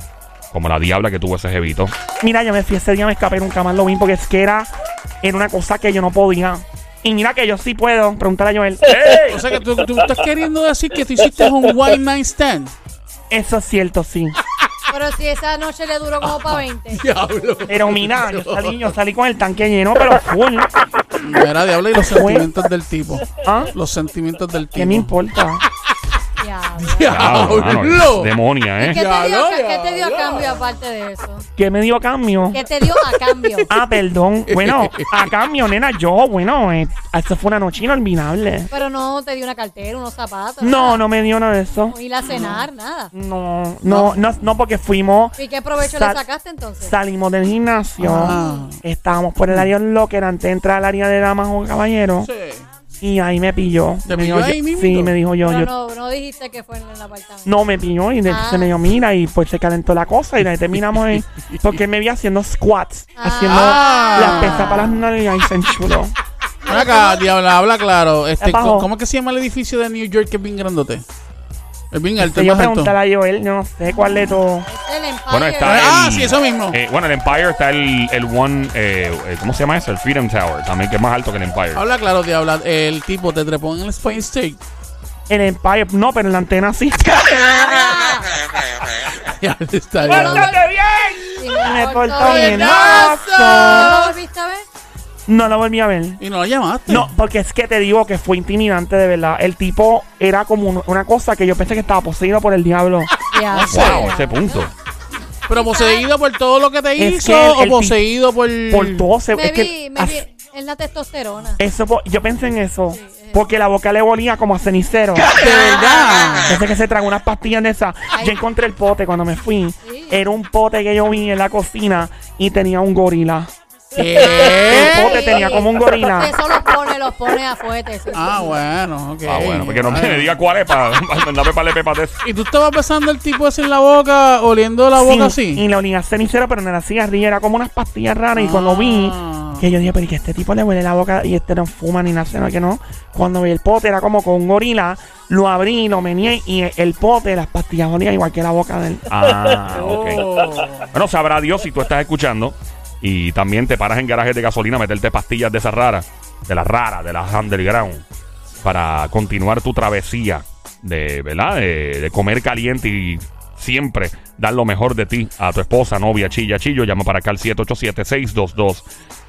S2: como la diabla que tuvo ese jevito.
S4: Mira, yo me fui ese día, me escapé, nunca más lo vi, porque es que era, era una cosa que yo no podía. Y mira que yo sí puedo, preguntarle a Joel.
S3: O sea que tú, tú estás queriendo decir que tú hiciste un one night stand.
S4: Eso es cierto, sí.
S5: pero si esa noche le duró como para 20.
S3: Diablo.
S4: Pero mira, yo salí, yo salí con el tanque lleno, pero full.
S3: Mira, diablo, y los sentimientos del tipo.
S4: ¿Ah?
S3: Los sentimientos del tipo.
S4: ¿Qué me importa?
S5: Diabla.
S2: Diablo, mano,
S3: Diablo.
S2: demonia,
S5: ¿Qué
S2: ¿eh?
S5: te, dio,
S3: Diablo,
S5: ¿Qué te dio a
S3: diablo.
S5: cambio aparte de eso?
S4: ¿Qué me dio a cambio?
S5: ¿Qué te dio a cambio?
S4: Ah, perdón. Bueno, a cambio, nena, yo, bueno, eh, esa fue una noche inolvidable.
S5: Pero no te dio una cartera, unos zapatos.
S4: No,
S5: nada.
S4: no me dio nada de eso.
S5: No Ir a cenar, nada.
S4: No, no, no, no, porque fuimos,
S5: ¿Y qué provecho
S4: Sal-
S5: le sacaste entonces?
S4: salimos del gimnasio,
S3: Ah.
S4: estábamos por el área del locker antes de entrar al área de damas o caballeros,
S3: Sí.
S4: y ahí me pilló.
S3: ¿Te
S4: Me
S3: pilló
S4: dijo,
S3: ahí
S4: yo-
S3: mismito?
S4: Sí, me dijo yo,
S5: Pero
S4: yo- no.
S5: no, no dijiste que fue en el apartamento.
S4: me pilló, y de-
S5: Ah.
S4: se me dio mira, y pues se calentó la cosa, y de ahí terminamos, en- porque él me vi haciendo squats, haciendo
S3: Ah.
S4: las pesas para las nalgas, y se enchuló.
S3: Ven acá, diabla, habla claro. Este,
S4: Abajo.
S3: ¿cómo, cómo es que se llama el edificio de New York que es bien grandote? Es bien alto,
S4: Entonces
S3: es
S4: yo
S3: más alto.
S4: preguntarle a Joel, yo no sé cuál de todo.
S5: Es el Empire.
S2: Bueno, está
S3: Ah,
S2: el-
S3: sí, eso mismo.
S2: eh, bueno, el Empire está el, el One. eh, eh, ¿Cómo se llama eso? El Freedom Tower, también, que es más alto que el Empire.
S3: Habla claro, diabla. El tipo te trepó en el Spain State.
S4: El Empire, no, pero en la antena sí.
S3: Ya está
S5: Bueno,
S3: diabla.
S4: bien!
S5: Sí,
S4: Me
S5: por
S4: portó
S5: todo.
S4: bien.
S5: ¿No lo
S3: ¡Buenazo!
S5: volviste a ver?
S4: No la volví a ver.
S3: Y no lo llamaste.
S4: No, porque es que te digo que fue intimidante de verdad. El tipo era como un- una cosa que yo pensé que estaba poseído por el diablo.
S5: Ya,
S2: wow,
S5: ya.
S2: ese punto.
S3: Pero poseído por todo lo que te
S4: Es
S3: hizo
S4: que el- el
S3: o poseído por.
S4: Por todo se
S5: Mm. Me
S4: es que
S5: vi, me
S4: as- Eh,
S5: vi en la testosterona.
S4: eso po- yo pensé en eso.
S5: eh.
S4: Porque la boca le volía como a cenicero.
S3: De verdad.
S4: Pensé que se tragó unas pastillas de esas.
S5: Ay.
S4: Yo encontré el pote cuando me fui.
S5: Sí.
S4: Era un pote que yo vi en la cocina y tenía un gorila. El
S3: ¿Qué?
S4: pote tenía como un gorila.
S5: Eso los pone, los pone a fuerte. eso.
S3: Ah, bueno, ok.
S2: Ah, bueno, porque no
S3: Ah.
S2: me diga cuál es para mandarme para el Pepa Test.
S3: ¿Y tú estabas besando el tipo ese en la boca, oliendo la boca
S4: Sí,
S3: así?
S4: Y la olía a cenicero, pero no era cigarrillo, era como unas pastillas raras. Y cuando vi, Que yo dije, pero ¿y que este tipo le huele la boca y este no fuma ni nada, sino que no. Cuando vi el pote era como con un gorila, lo abrí, lo meneé y el- el pote, las pastillas olían igual que la boca de él.
S2: Ah, ok.
S3: Oh.
S2: Bueno, sabrá Dios si tú estás escuchando y también te paras en garajes de gasolina a meterte pastillas de esas raras, de las raras, de las underground, para continuar tu travesía de, ¿verdad? De, de comer caliente y siempre dar lo mejor de ti a tu esposa, novia, chilla, chillo. Llama para acá al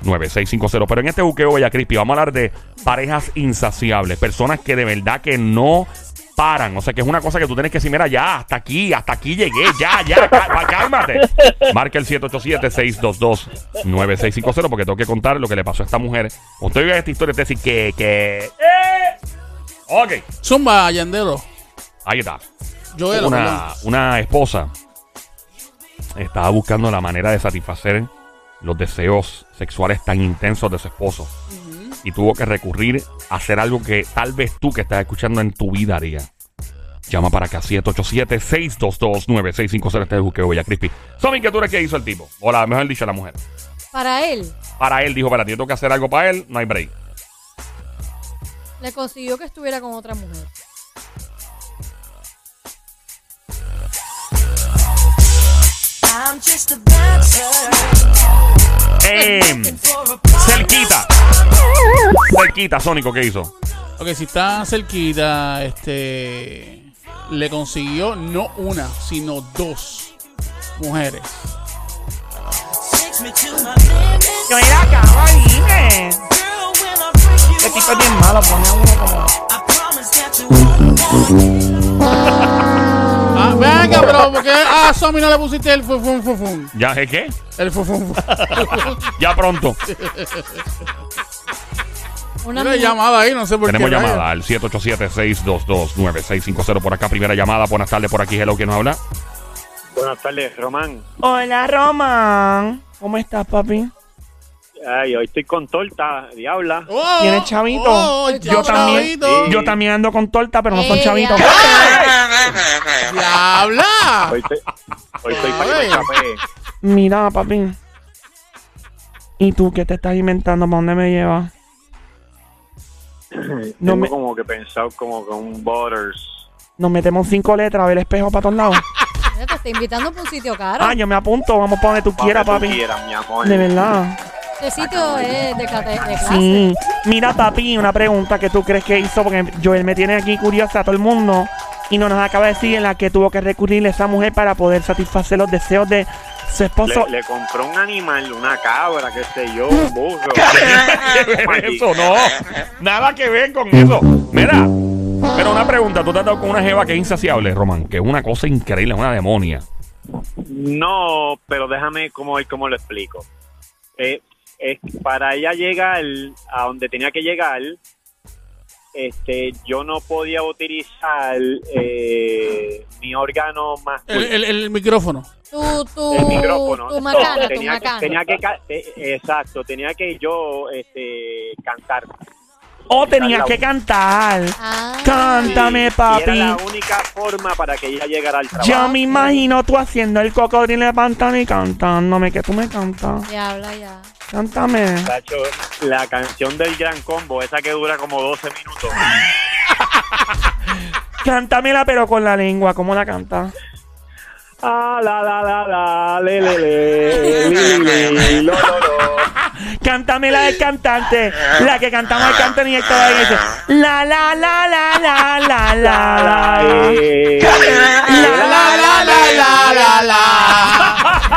S2: 787-622-9650. Pero en este buqueo, Bella Crispy, vamos a hablar de parejas insaciables, personas que de verdad que no paran. O sea, que es una cosa que tú tienes que decir, mira, ya, hasta aquí, hasta aquí llegué, ya, ya, cá- cálmate. Marca el 787-622-9650 porque tengo que contar lo que le pasó a esta mujer. Usted oiga esta historia y usted dice que... que... ¡Eh! Ok,
S3: Zumba, Yandero.
S2: ahí está.
S3: Joel,
S2: Una, una esposa estaba buscando la manera de satisfacer los deseos sexuales tan intensos de su esposo. Y tuvo que recurrir a hacer algo que tal vez tú que estás escuchando en tu vida harías. Llama para acá 787-622-9650. Este es el buqueo Bella Crispy. Son inquietudes que hizo el tipo. O la mejor dicho, la mujer.
S5: Para él,
S2: Para él dijo, para ti, yo tengo que hacer algo para él, no hay break.
S5: le consiguió que estuviera con otra mujer.
S6: I'm just a bouncer.
S2: Em, cerquita. Cerquita, Sónico, ¿qué hizo?
S3: Ok, si está cerquita, este. Le consiguió no una, sino dos mujeres.
S6: Takes me to my limit.
S4: Yo era ¿eh? cabrón, dime.
S6: Girl, when I bring you
S4: Este tipo es
S6: up,
S4: bien malo, pone a uno como.
S6: I promise that you won't die.
S3: Ah, venga, pero porque ah, a Somi no le pusiste el fufun fufun.
S2: ¿Ya es qué?
S3: El fufun fufun.
S2: Ya pronto.
S5: Una
S3: Una
S5: mujer.
S3: llamada ahí, no sé por
S2: Tenemos
S3: qué. vaya.
S2: llamada al 787-622-9650 por acá. Primera llamada. Buenas tardes por aquí. Hello, ¿quién nos habla?
S8: Buenas tardes, Román.
S4: Hola, Román. ¿Cómo estás, papi?
S8: Ay, hoy estoy con torta, diabla.
S3: Oh,
S4: ¿Tienes chavito?
S3: oh,
S4: Yo también.
S3: chavito.
S4: Yo también ando con torta, pero no son
S5: Ella.
S4: chavitos.
S3: ¡Diabla!
S8: Hoy estoy, hoy
S4: Ah,
S8: estoy para
S3: Ay.
S8: que me chapee.
S4: Mira, papi. ¿Y tú qué te estás inventando? ¿Para dónde me llevas? No
S8: Tengo
S4: me-
S8: como que pensado como con un Butters.
S4: Nos metemos cinco letras, a ver el espejo para todos lados.
S5: Mira, Te está invitando para un sitio caro.
S4: Ah, yo me apunto, vamos para donde tú
S8: Pa'
S4: quieras,
S8: que tú
S4: papi.
S8: quieras, mi amor.
S4: De verdad.
S5: Este sitio es de, cate- de clase.
S4: Sí. Mira, papi, una pregunta que tú crees que hizo, porque Joel me tiene aquí curiosa a todo el mundo. Y no nos acaba de decir en la que tuvo que recurrir esa mujer para poder satisfacer los deseos de su esposo.
S8: Le, le compró un animal, una cabra, qué sé yo, un burro. Ay,
S2: eso no. Nada que ver con eso. Mira. Pero una pregunta. Tú te has dado con una jeva que es insaciable, Román. Que es una cosa increíble, es una demonia.
S8: No, pero déjame como cómo lo explico. Eh, es- para ella llegar a donde tenía que llegar, este, yo no podía utilizar eh, mi órgano más
S3: El, el, el micrófono.
S5: Tu, tu,
S8: el micrófono.
S5: tu macana, tu
S8: tenía,
S5: macana.
S8: que, tenía que ca- eh, exacto, tenía que yo este, cantar.
S4: O tenías que cantar.
S5: Ah,
S4: Cántame,
S8: Y era
S4: papi.
S8: la única forma para que ella llegara al trabajo.
S4: Yo me imagino tú haciendo el cocodrilo de pantano y cantándome, que tú me cantas.
S5: Diabla ya.
S4: Cántame.
S8: Tacho, la canción del gran combo, esa que dura como 12 minutos.
S4: Cántamela, pero con la lengua. ¿Cómo la cantas?
S8: Ah, la, la, la, la, le, le, le, li, li, lo, lo, lo.
S4: Cántame la del cantante. La que cantamos al cantante y esto de dice. La la la la la la la la.
S8: Eh,
S3: La la la la la la la.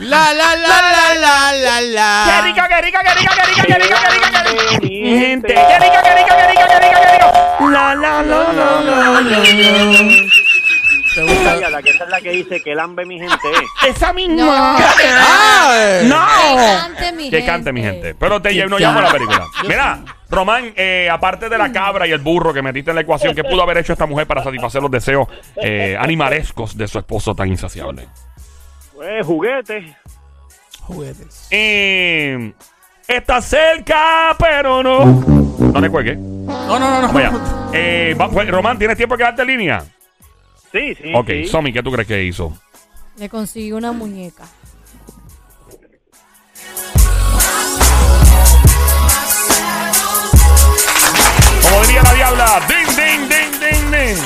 S3: La la la la la la la.
S4: ¡Qué rico, qué rico, qué rico, qué rico, qué rico, qué rico, qué rico! Mi gente,
S8: Gente,
S4: qué rico, qué rico, qué rico, qué rico, qué rico. La la la la la la.
S3: ¿Te
S8: Ay,
S3: gusta?
S8: a la que esa es la que dice que lambe mi gente.
S4: Esa misma.
S2: Ah, eh.
S3: ¡Ay!
S4: No.
S5: Cante, mi
S2: Que
S5: gente.
S2: cante, mi gente. Pero te
S3: Que
S2: llevo, no
S3: cante.
S2: llamo a la película.
S3: Yo
S2: Mira, Román, eh, aparte de la cabra y el burro que metiste en la ecuación, ¿qué pudo haber hecho esta mujer para satisfacer los deseos eh, animalescos de su esposo tan insaciable?
S8: Pues juguete.
S3: Juguetes.
S2: Eh, está cerca, pero no. No le cuelgue.
S3: No, no, no, no.
S2: Vaya. Eh, va- pues, Román, ¿tienes tiempo de quedarte en línea?
S8: Sí, sí.
S2: Ok,
S8: sí.
S2: Somi, ¿qué tú crees que hizo?
S5: Le consiguió una muñeca.
S2: diría la diabla. Ding, ding, ding, ding, ding.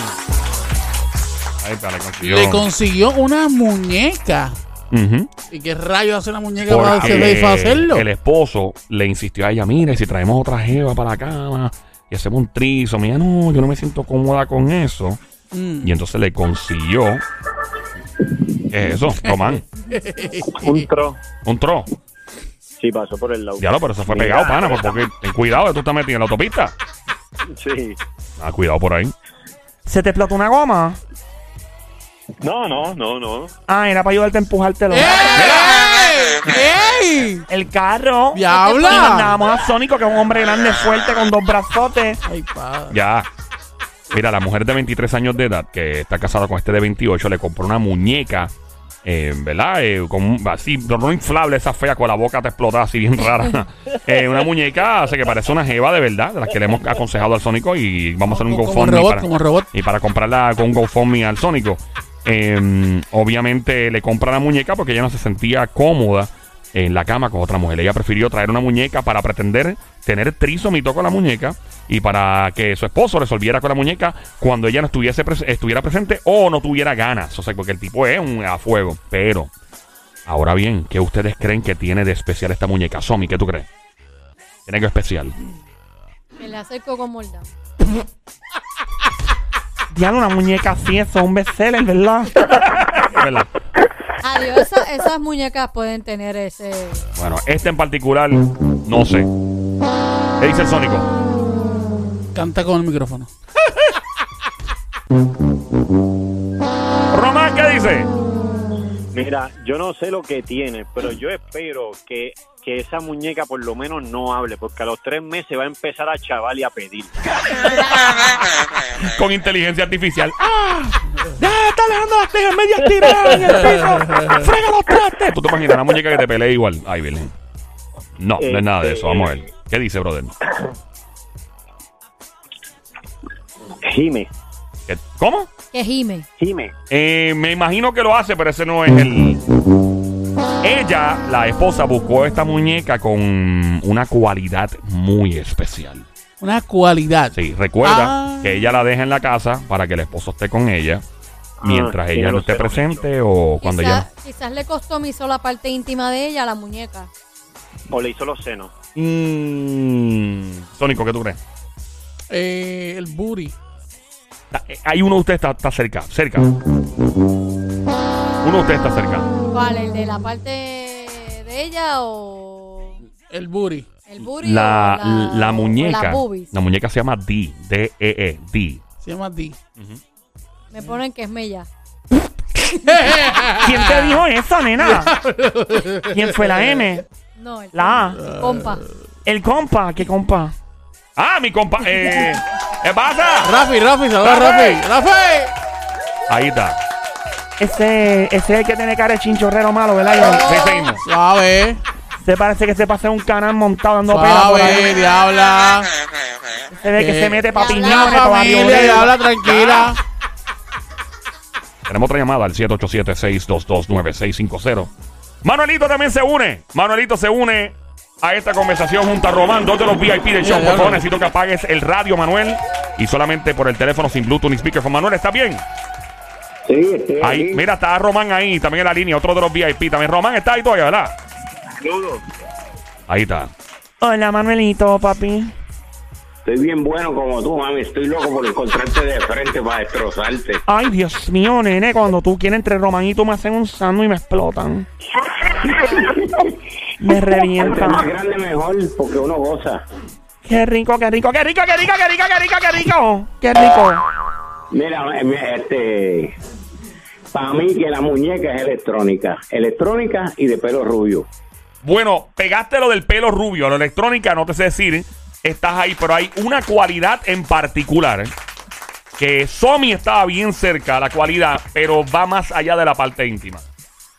S2: Ahí está, le consiguió.
S3: Le consiguió una muñeca.
S2: Ujú.
S3: ¿Y qué rayos hace una muñeca para
S2: Porque
S3: hacerle y para hacerlo?
S2: el esposo le insistió a ella, mire, si traemos otra jeva para la cama y hacemos un trizo, mira, no, yo no me siento cómoda con eso.
S3: Mm.
S2: Y entonces le consiguió ¿Qué es eso, Román,
S8: Un tro.
S2: un tro.
S8: Sí, pasó por el lado.
S2: Diablo, pero se fue
S8: Mira.
S2: pegado, pana, pues, porque ten cuidado, que tú estás metido en la autopista.
S8: Sí.
S2: Ah, cuidado por ahí.
S4: ¿Se te explotó una goma?
S8: No, no, no, no.
S4: Ah, era para ayudarte a empujártelo.
S3: ¡Eh! ¡Ey! ¡Ey!
S4: El carro.
S3: ¡Diabla!
S4: Y mandamos a Sónico, que es un hombre grande, fuerte, con dos brazotes.
S3: Ay, padre.
S2: Ya. Mira, la mujer de 23 años de edad, que está casada con este de 28, le compró una muñeca, eh, ¿verdad? Eh, con un- así, no no inflable, esa fea, con la boca te explota así bien rara. Eh, una muñeca, o sea, que parece una jeva de verdad, de las que le hemos aconsejado al Sónico y vamos a hacer un
S3: Como- como
S2: GoFundMe.
S3: robot, como robot.
S2: Y para comprarla con un GoFundMe al Sónico. Eh, obviamente le compra la muñeca porque ella no se sentía cómoda en la cama con otra mujer. Ella prefirió traer una muñeca para pretender tener trisomito con la muñeca y para que su esposo resolviera con la muñeca cuando ella no estuviese pres- estuviera presente o no tuviera ganas. O sea, porque el tipo es un a fuego. Pero, ahora bien, ¿qué ustedes creen que tiene de especial esta muñeca? Somi, ¿qué tú crees? Tiene algo especial.
S5: Me la acerco con Moldán.
S4: Diablo, una muñeca así, eso es un bestseller, ¿verdad?
S2: ¿Verdad?
S5: Adiós, esa- esas muñecas pueden tener ese.
S2: Bueno, este en particular, no sé. ¿Qué dice el Sónico?
S3: Canta con el micrófono.
S2: Román, ¿qué dice?
S8: Mira, yo no sé lo que tiene, pero yo espero que, que esa muñeca por lo menos no hable, porque a los tres meses va a empezar a chaval y a pedir.
S2: Con inteligencia artificial. ¡Ah!
S4: ¡Ya está Alejandro las tejas medias tiradas en el piso! ¡Frega los trastes!
S2: ¿Tú te imaginas una muñeca que te pelee igual? Ay, Virgen. No, no es nada de eso. Vamos a ver.
S8: Este-
S2: ¿Qué dice, brother?
S8: Jime,
S2: ¿Qué- ¿Cómo?
S5: Que gime.
S8: Jime.
S2: Eh, me imagino que lo hace, pero ese no es el. Ella, la esposa, buscó esta muñeca con una cualidad muy especial.
S3: Una cualidad.
S2: Sí, recuerda
S3: Ah.
S2: que ella la deja en la casa para que el esposo esté con ella mientras
S8: Ah,
S2: ella
S8: tiene
S2: no
S8: los
S2: esté
S8: ceros
S2: presente o cuando ella.
S5: Quizás, quizás le customizó la parte íntima de ella a la muñeca.
S8: O le hizo los senos.
S2: Mm, Sónico, ¿qué tú crees?
S3: Eh, el booty.
S2: Ta- eh, Hay uno de ustedes está, está cerca, cerca. Uno de ustedes está cerca.
S5: ¿Cuál? ¿El de la parte de ella o
S3: El booty.
S5: el booty?
S2: La,
S5: o
S2: la,
S5: o
S2: muñeca.
S5: las
S2: La,
S5: boobies.
S2: muñeca se llama D. D-E-E. D.
S3: Se llama D.
S5: Me ponen que es mella.
S4: ¿Quién te dijo eso, nena? ¿Quién fue la M?
S5: No, el
S4: La A.
S5: compa.
S4: El compa, ¿qué compa?
S2: Ah, mi compa. eh, ¿Qué pasa?
S3: Rafi, Rafi, saluda a Rafi. Rafi.
S2: Ahí está.
S4: Ese, ese es el que tiene cara de chinchorrero malo, ¿verdad?
S2: Sí, seguimos.
S3: Suave.
S4: John? Se parece que se pasa un canal montado dando pela por
S3: Suave,
S4: ahí.
S3: diabla.
S4: Se ve que
S3: Eh,
S4: se mete pa'
S5: la
S4: piñones,
S3: La
S4: pa'
S3: familia,
S4: barrioleros.
S3: diabla, tranquila.
S2: Tenemos otra llamada al 787-622-9650. Manuelito también se une. Manuelito se une a esta conversación junto a Román, dos de los VIP del show.
S3: Ya, ya,
S2: Por favor,
S3: ya.
S2: necesito que apagues el radio, Manuel. Y solamente por el teléfono sin Bluetooth ni speakerphone. Manuel, ¿está bien?
S8: Sí,
S2: Ahí, mira, está Román ahí, también en la línea, otro de los VIP. También Román está ahí todavía, ¿verdad?
S8: saludos.
S2: Ahí está.
S4: Hola, Manuelito, papi.
S9: Estoy bien bueno como tú, mami. Estoy loco por encontrarte de frente para destrozarte.
S4: Ay, Dios mío, nene, cuando tú quieres entre Román y tú me hacen un sando y me explotan. me
S9: Entre más
S4: revientan.
S9: grande mejor, porque uno goza.
S4: Qué rico, qué rico, qué rico, qué rico, qué rico, qué rico, qué rico. Qué rico.
S9: Mira, eh, mira, este... Para mí que la muñeca es electrónica. Electrónica y de pelo rubio.
S2: Bueno, pegaste lo del pelo rubio, a la electrónica, no te sé decir, estás ahí, pero hay una cualidad en particular que Somi estaba bien cerca, la cualidad, pero va más allá de la parte íntima.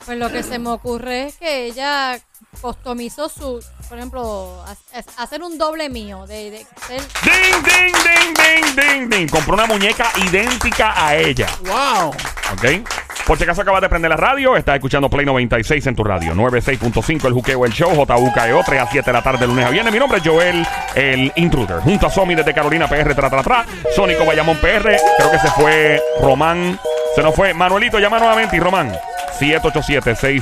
S5: Pues lo que se me ocurre es que ella customizó su, por ejemplo, ha- es- hacer un doble mío de, de ser
S2: Ding, ding,
S4: Ah.
S2: ding, ding, ding, ding. Compró una muñeca idéntica a ella,
S3: Wow.
S2: ¿ok? Por si acaso acabas de prender la radio, estás escuchando Play 96 en tu radio. 96.5 El Juqueo, El Show, JUKEO, 3 E a 7 de la tarde, lunes a viernes. Mi nombre es Joel, el Intruder. Junto a Somi desde Carolina PR, tra, tra, tra. Sónico Bayamón PR. Creo que se fue Román. Se nos fue. Manuelito, llama nuevamente y Román.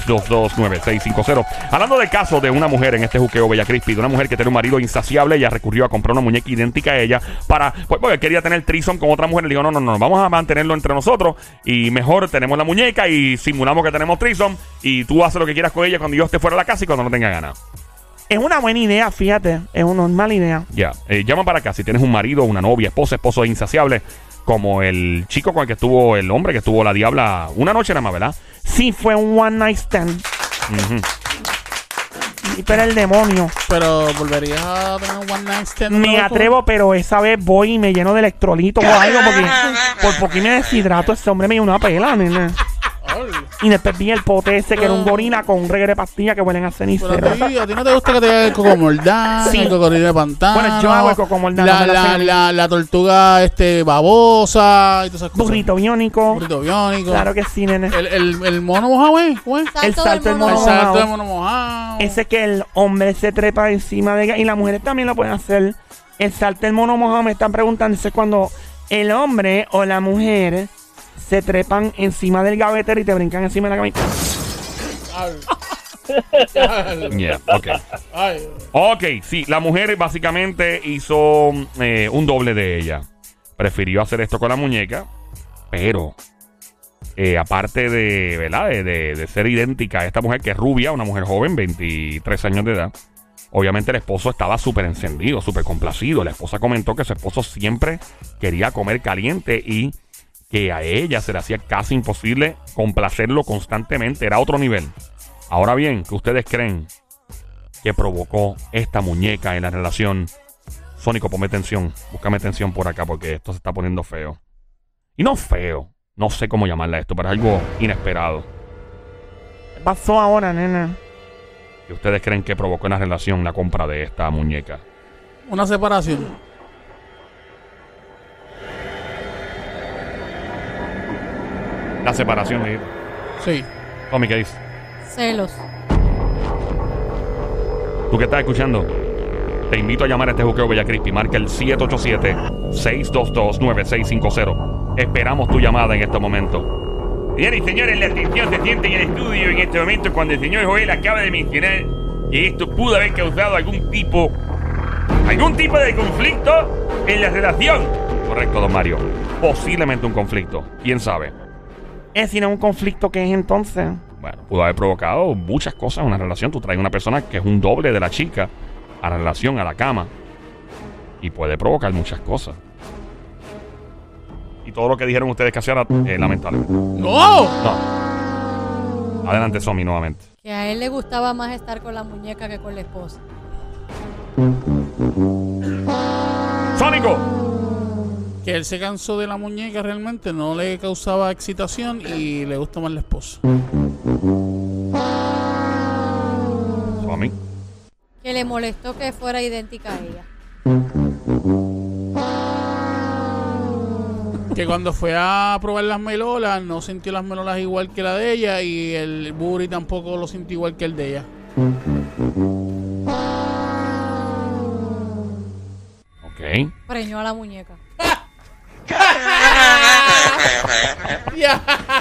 S2: 787-622-9650. Hablando del caso de una mujer en este juqueo Bella Crispi, de una mujer que tiene un marido insaciable, ella recurrió a comprar una muñeca idéntica a ella para, pues, porque quería tener trison con otra mujer. Le digo, no, no, no, vamos a mantenerlo entre nosotros y mejor tenemos la muñeca y simulamos que tenemos trison y tú haces lo que quieras con ella cuando yo esté fuera de la casa y cuando no tenga ganas.
S4: Es una buena idea, fíjate. Es una normal idea.
S2: Ya, eh, llama para acá si tienes un marido, una novia, esposa, esposo insaciable, como el chico con el que estuvo el hombre que estuvo la diabla una noche nada más, ¿verdad?
S4: Sí, fue un one night stand. Y Pero el demonio.
S3: Pero volverías a tener un one night stand.
S4: Me
S3: loco?
S4: atrevo, pero esa vez voy y me lleno de electrolitos o algo porque por poquito me deshidrato. Ese hombre me dio una pela, nene. Y después vi el pote ese que era un gorila con un reggae de pastillas que huelen a
S3: Pero
S4: cenicero.
S3: a ti, a ti no te gusta que te haga el cocomoldán,
S4: Sí.
S3: el cocodrilo de pantano.
S4: Bueno, yo hago el cocomoldán,
S3: La,
S4: no me lo
S3: la,
S4: hacen.
S3: la, la tortuga este, babosa y todas esas cosas.
S4: Burrito biónico.
S3: Burrito biónico.
S4: Claro que sí, nene.
S3: El, el, el mono mojado, ¿eh? ¿Cómo es?
S5: Salto
S4: salto
S5: del
S4: del mono.
S5: mono.
S3: El
S4: mojado.
S3: salto de mono mojado.
S4: Ese que el hombre se trepa encima de ella. Y las mujeres también lo pueden hacer. El salte el mono mojado me están preguntando. Ese es cuando el hombre o la mujer se trepan encima del gavetero y te brincan encima de la camisa.
S2: Yeah, ok.
S3: Ay,
S2: Ok, sí, la mujer básicamente hizo eh, un doble de ella. Prefirió hacer esto con la muñeca, pero eh, aparte de, ¿verdad? De, de- de ser idéntica a esta mujer que es rubia, una mujer joven, 23 años de edad. Obviamente el esposo estaba súper encendido, súper complacido. La esposa comentó que su esposo siempre quería comer caliente y que a ella se le hacía casi imposible complacerlo constantemente. Era otro nivel. Ahora bien, ¿qué ustedes creen que provocó esta muñeca en la relación. Sónico, ponme tensión. Búscame tensión por acá porque esto se está poniendo feo. Y no feo. No sé cómo llamarla esto, pero es algo inesperado.
S4: ¿Qué pasó ahora, nena?
S2: ¿Y ustedes creen que provocó en la relación la compra de esta muñeca?
S3: una separación.
S2: La separación de...
S3: Sí.
S2: Tommy, ¿qué dices?
S5: Celos.
S2: ¿Tú qué estás escuchando? Te invito a llamar a este juqueo Bella Crispy. Marca el 787-622-9650. Esperamos tu llamada en este momento. Señores y señores, la atención se siente en el estudio en este momento cuando el señor Joel acaba de mencionar que esto pudo haber causado algún tipo, algún tipo de conflicto en la relación. Correcto, don Mario. Posiblemente un conflicto. ¿Quién sabe?
S4: Es sino un conflicto que es entonces.
S2: bueno, pudo haber provocado muchas cosas en una relación. Tú traes una persona que es un doble de la chica a la relación, a la cama. Y puede provocar muchas cosas. Y todo lo que dijeron ustedes que hacían era eh, lamentable.
S3: ¡No!
S2: No. Adelante, Somi, nuevamente.
S5: Que a él le gustaba más estar con la muñeca que con la esposa.
S2: ¡Sónico!
S3: Que él se cansó de la muñeca realmente, no le causaba excitación y le gusta más la esposa.
S2: Somi.
S5: Que le molestó que fuera idéntica a ella.
S3: Que cuando fue a probar las melolas, no sintió las melolas igual que la de ella y el booty tampoco lo sintió igual que el de ella.
S2: Ok.
S5: Preñó a la muñeca.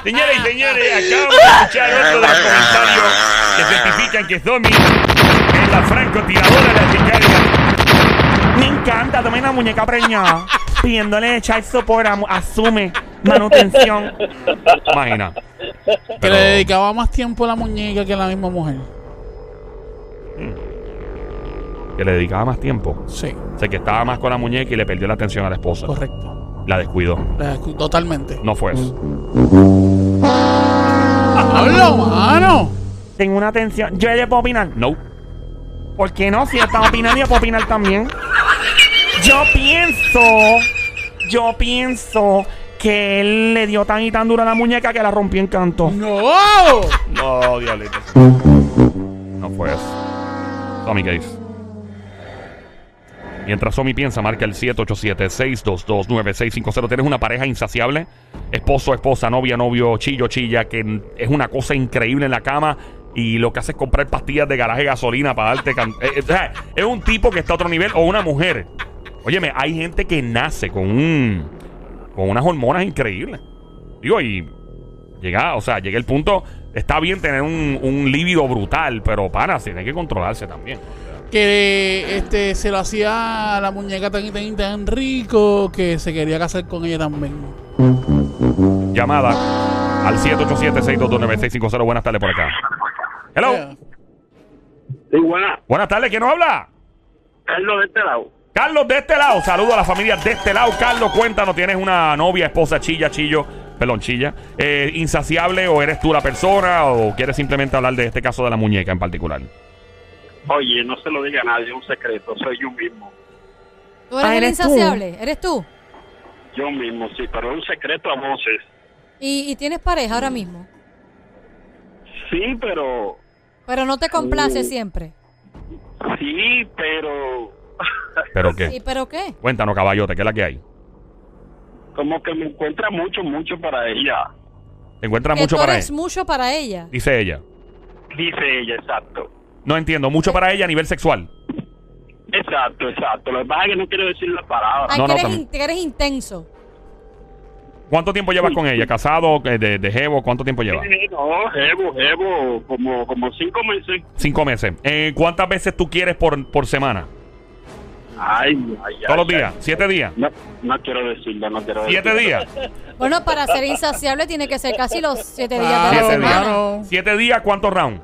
S2: Señoras y señores, acabamos de escuchar otro de los comentarios que certifican que Somi es la francotiradora de la chica.
S4: Me encanta, tomé una muñeca preñada. pidiéndole echar sopor, a mu- asume manutención.
S2: Imagina.
S3: Que
S2: Pero-
S3: le dedicaba más tiempo a la muñeca que a la misma mujer.
S2: que le dedicaba más tiempo.
S3: Sí,
S2: O sea, que estaba más con la muñeca y le perdió la atención a la esposa.
S3: correcto.
S2: La descuidó.
S3: La escu- Totalmente.
S2: No fue eso.
S3: ¡Hablo, mano!
S4: Tengo una atención. Yo le puedo opinar.
S2: No.
S4: ¿Por qué no? Si están opinando, yo puedo opinar también. Yo pienso, yo pienso que él le dio tan y tan duro a la muñeca que la rompió en canto.
S3: ¡No!
S2: No, diablito. No fue eso. Tommy Gates. Mientras Tommy piensa, marca el 787-622-9650. ¿Tienes una pareja insaciable? esposo, esposa, novia, novio, chillo, chilla, que mm, es una cosa increíble en la cama. Y lo que hace es comprar pastillas de garaje de gasolina para darte. can- eh, eh, o sea, es un tipo que está a otro nivel o una mujer. Óyeme, hay gente que nace con un, con unas hormonas increíbles. Digo, y llega, o sea, llega el punto. Está bien tener un, un líbido brutal, pero para, tiene que controlarse también.
S3: que este se lo hacía a la muñeca tan, tan, tan rico que se quería casar con ella también.
S2: Llamada al 787-622-9650. Buenas tardes por acá. Hello.
S3: Yeah.
S9: Sí, buena.
S2: Buenas tardes, ¿quién nos habla?
S9: Carlos, de este lado.
S2: Carlos de este lado. Saludo a la familia de este lado. Carlos, cuéntanos, ¿tienes una novia, esposa, chilla, chillo? Perdón, chilla. eh, ¿Insaciable o eres tú la persona o quieres simplemente hablar de este caso de la muñeca en particular?
S8: Oye, no se lo diga a nadie, es un secreto, soy yo mismo.
S5: Tú eres
S4: Ah,
S5: el
S4: ¿eres tú?
S5: insaciable, eres tú.
S8: Yo mismo, sí, pero es un secreto a voces.
S5: Y, y tienes pareja ahora mismo,
S8: Sí, pero...
S5: pero no te complace
S2: Uh.
S5: siempre.
S8: Sí, pero...
S2: ¿Pero qué?
S5: ¿Y pero qué?
S2: Cuéntanos, caballote, ¿qué es la que hay?
S8: Como que me encuentra mucho, mucho para ella.
S2: ¿Te encuentras
S5: que
S2: mucho
S5: tú
S2: para
S5: eres
S2: ella?
S5: mucho para ella.
S2: Dice ella.
S8: Dice ella, exacto.
S2: No entiendo, mucho para ella a nivel sexual.
S8: Exacto, exacto. Lo que pasa es que no quiero decir las palabras.
S5: Ay,
S2: Ah, No,
S5: que,
S2: no,
S5: eres
S2: también.
S5: in- que eres intenso.
S2: ¿Cuánto tiempo llevas con ella? ¿Casado? eh, ¿De, de jevo? ¿Cuánto tiempo llevas?
S8: Sí, No, jevo, jevo, como, como cinco meses.
S2: Cinco meses. Eh, ¿Cuántas veces tú quieres por, por semana?
S8: Ay, ay, ay.
S2: ¿Todos los
S8: ay.
S2: días? ¿Siete días?
S8: No, no quiero decirlo, no quiero
S2: ¿Siete
S8: decirlo.
S2: días?
S5: Bueno, para ser insaciable tiene que ser casi los siete días de la
S3: Claro,
S2: Ah, Siete días.
S5: semana.
S3: claro.
S2: ¿Siete días? ¿Cuántos rounds?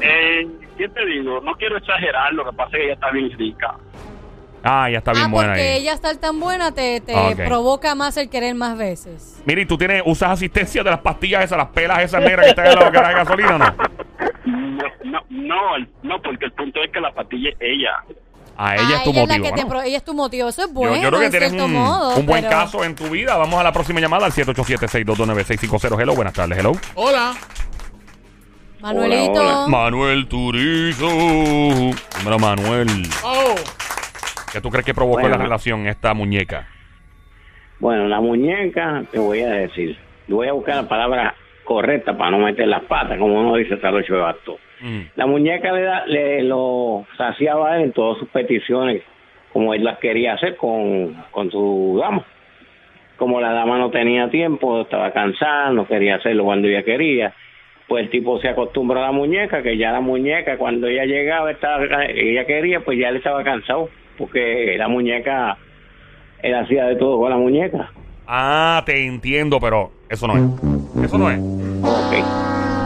S8: Eh, ¿Qué te digo? No quiero exagerar, lo que pasa es que ella está bien rica.
S2: Ah, ya está bien
S5: ah,
S2: buena
S5: porque
S2: ahí.
S5: ella estar tan buena te, te
S2: Ok.
S5: provoca más el querer más veces.
S2: Mira, ¿y tú tienes, usas asistencia de las pastillas esas, las pelas esas negras que están en la cara de gasolina o no?
S8: No, no, no, el- no, porque el punto es que la patilla es ella.
S2: A ella
S5: Ah,
S2: es tu
S5: ella
S2: motivo.
S5: la que te
S2: ¿no?
S5: pro- ella es tu motivo. Eso es
S2: Yo-
S5: bueno,
S2: yo, creo que
S5: en
S2: tienes
S5: cierto
S2: un,
S5: modo,
S2: un buen
S5: pero-
S2: caso en tu vida. Vamos a la próxima llamada al 787-622-9650. Hello, buenas tardes. Hello.
S3: Hola.
S5: Manuelito.
S9: Hola,
S2: Manuel Turizo. Hombre, Manuel.
S3: Oh.
S2: ¿Qué tú crees que provocó
S9: Bueno.
S2: la relación esta muñeca?
S9: Bueno, la muñeca, te voy a decir. Voy a buscar la palabra correcta para no meter las patas, como uno dice hasta el ocho de basto.
S2: Mm.
S9: La muñeca le, da- le lo saciaba a él en todas sus peticiones, como él las quería hacer con, con su dama. Como la dama no tenía tiempo, estaba cansada, no quería hacerlo cuando ella quería, pues el tipo se acostumbra a la muñeca, que ya la muñeca cuando ella llegaba, estaba, ca- ella quería, pues ya él estaba cansado, porque la muñeca, él hacía de todo con la muñeca.
S2: Ah, te entiendo, pero eso no es. Eso no es.
S9: Ok,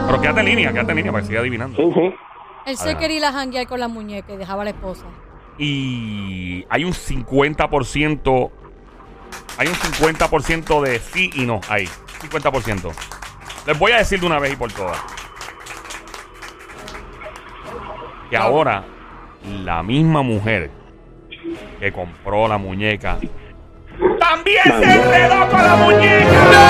S2: Pero quédate en línea, quédate en línea para que siga adivinando.
S9: sí, sí.
S5: Él se
S2: Adelante.
S5: quería ir a janguear con la muñeca y dejaba a la esposa.
S2: Y hay un 50%. Hay un 50% de sí y no ahí. 50%. Les voy a decir de una vez y por todas. Que ahora la misma mujer que compró la muñeca también se enredó con la muñeca.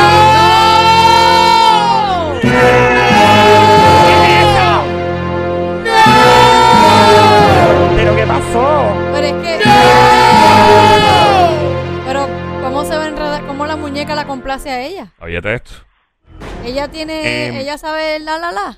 S4: ¿Pero qué pasó?
S5: Pero es que. Pero, ¿cómo se va a enredar? ¿Cómo la muñeca la complace a ella?
S2: Óyete esto.
S5: Ella tiene.
S2: Em.
S5: ella sabe la la la.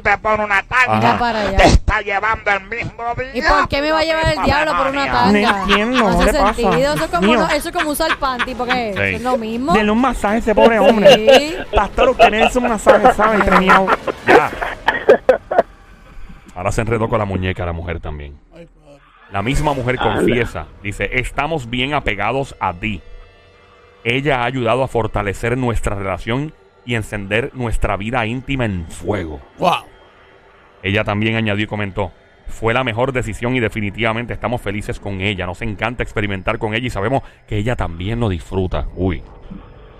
S7: te pones una
S2: Mira
S7: tanga,
S5: para allá.
S7: te está llevando el mismo
S5: ¿Y
S7: diablo.
S5: por qué me va a llevar el
S7: misma
S5: diablo por una
S7: demonia.
S5: tanga?
S4: No entiendo,
S5: No
S4: ¿qué
S5: hace
S4: le pasa?
S5: sentido. Eso es como,
S4: Mío.
S5: no- eso es como usar panty, porque
S2: Sí.
S5: es lo mismo.
S4: Denle un masaje a ese pobre hombre.
S5: Sí.
S4: Pastor, usted merece un masaje, ¿sabe? Premiado.
S2: Ya. Ahora se enredó con la muñeca la mujer también.
S3: Ay, padre.
S2: La misma mujer confiesa, dice, estamos bien apegados a ti. Ella ha ayudado a fortalecer nuestra relación y encender nuestra vida íntima en fuego.
S3: Wow.
S2: Ella también añadió y comentó, Fue la mejor decisión y definitivamente estamos felices con ella. Nos encanta experimentar con ella y sabemos que ella también lo disfruta. Uy.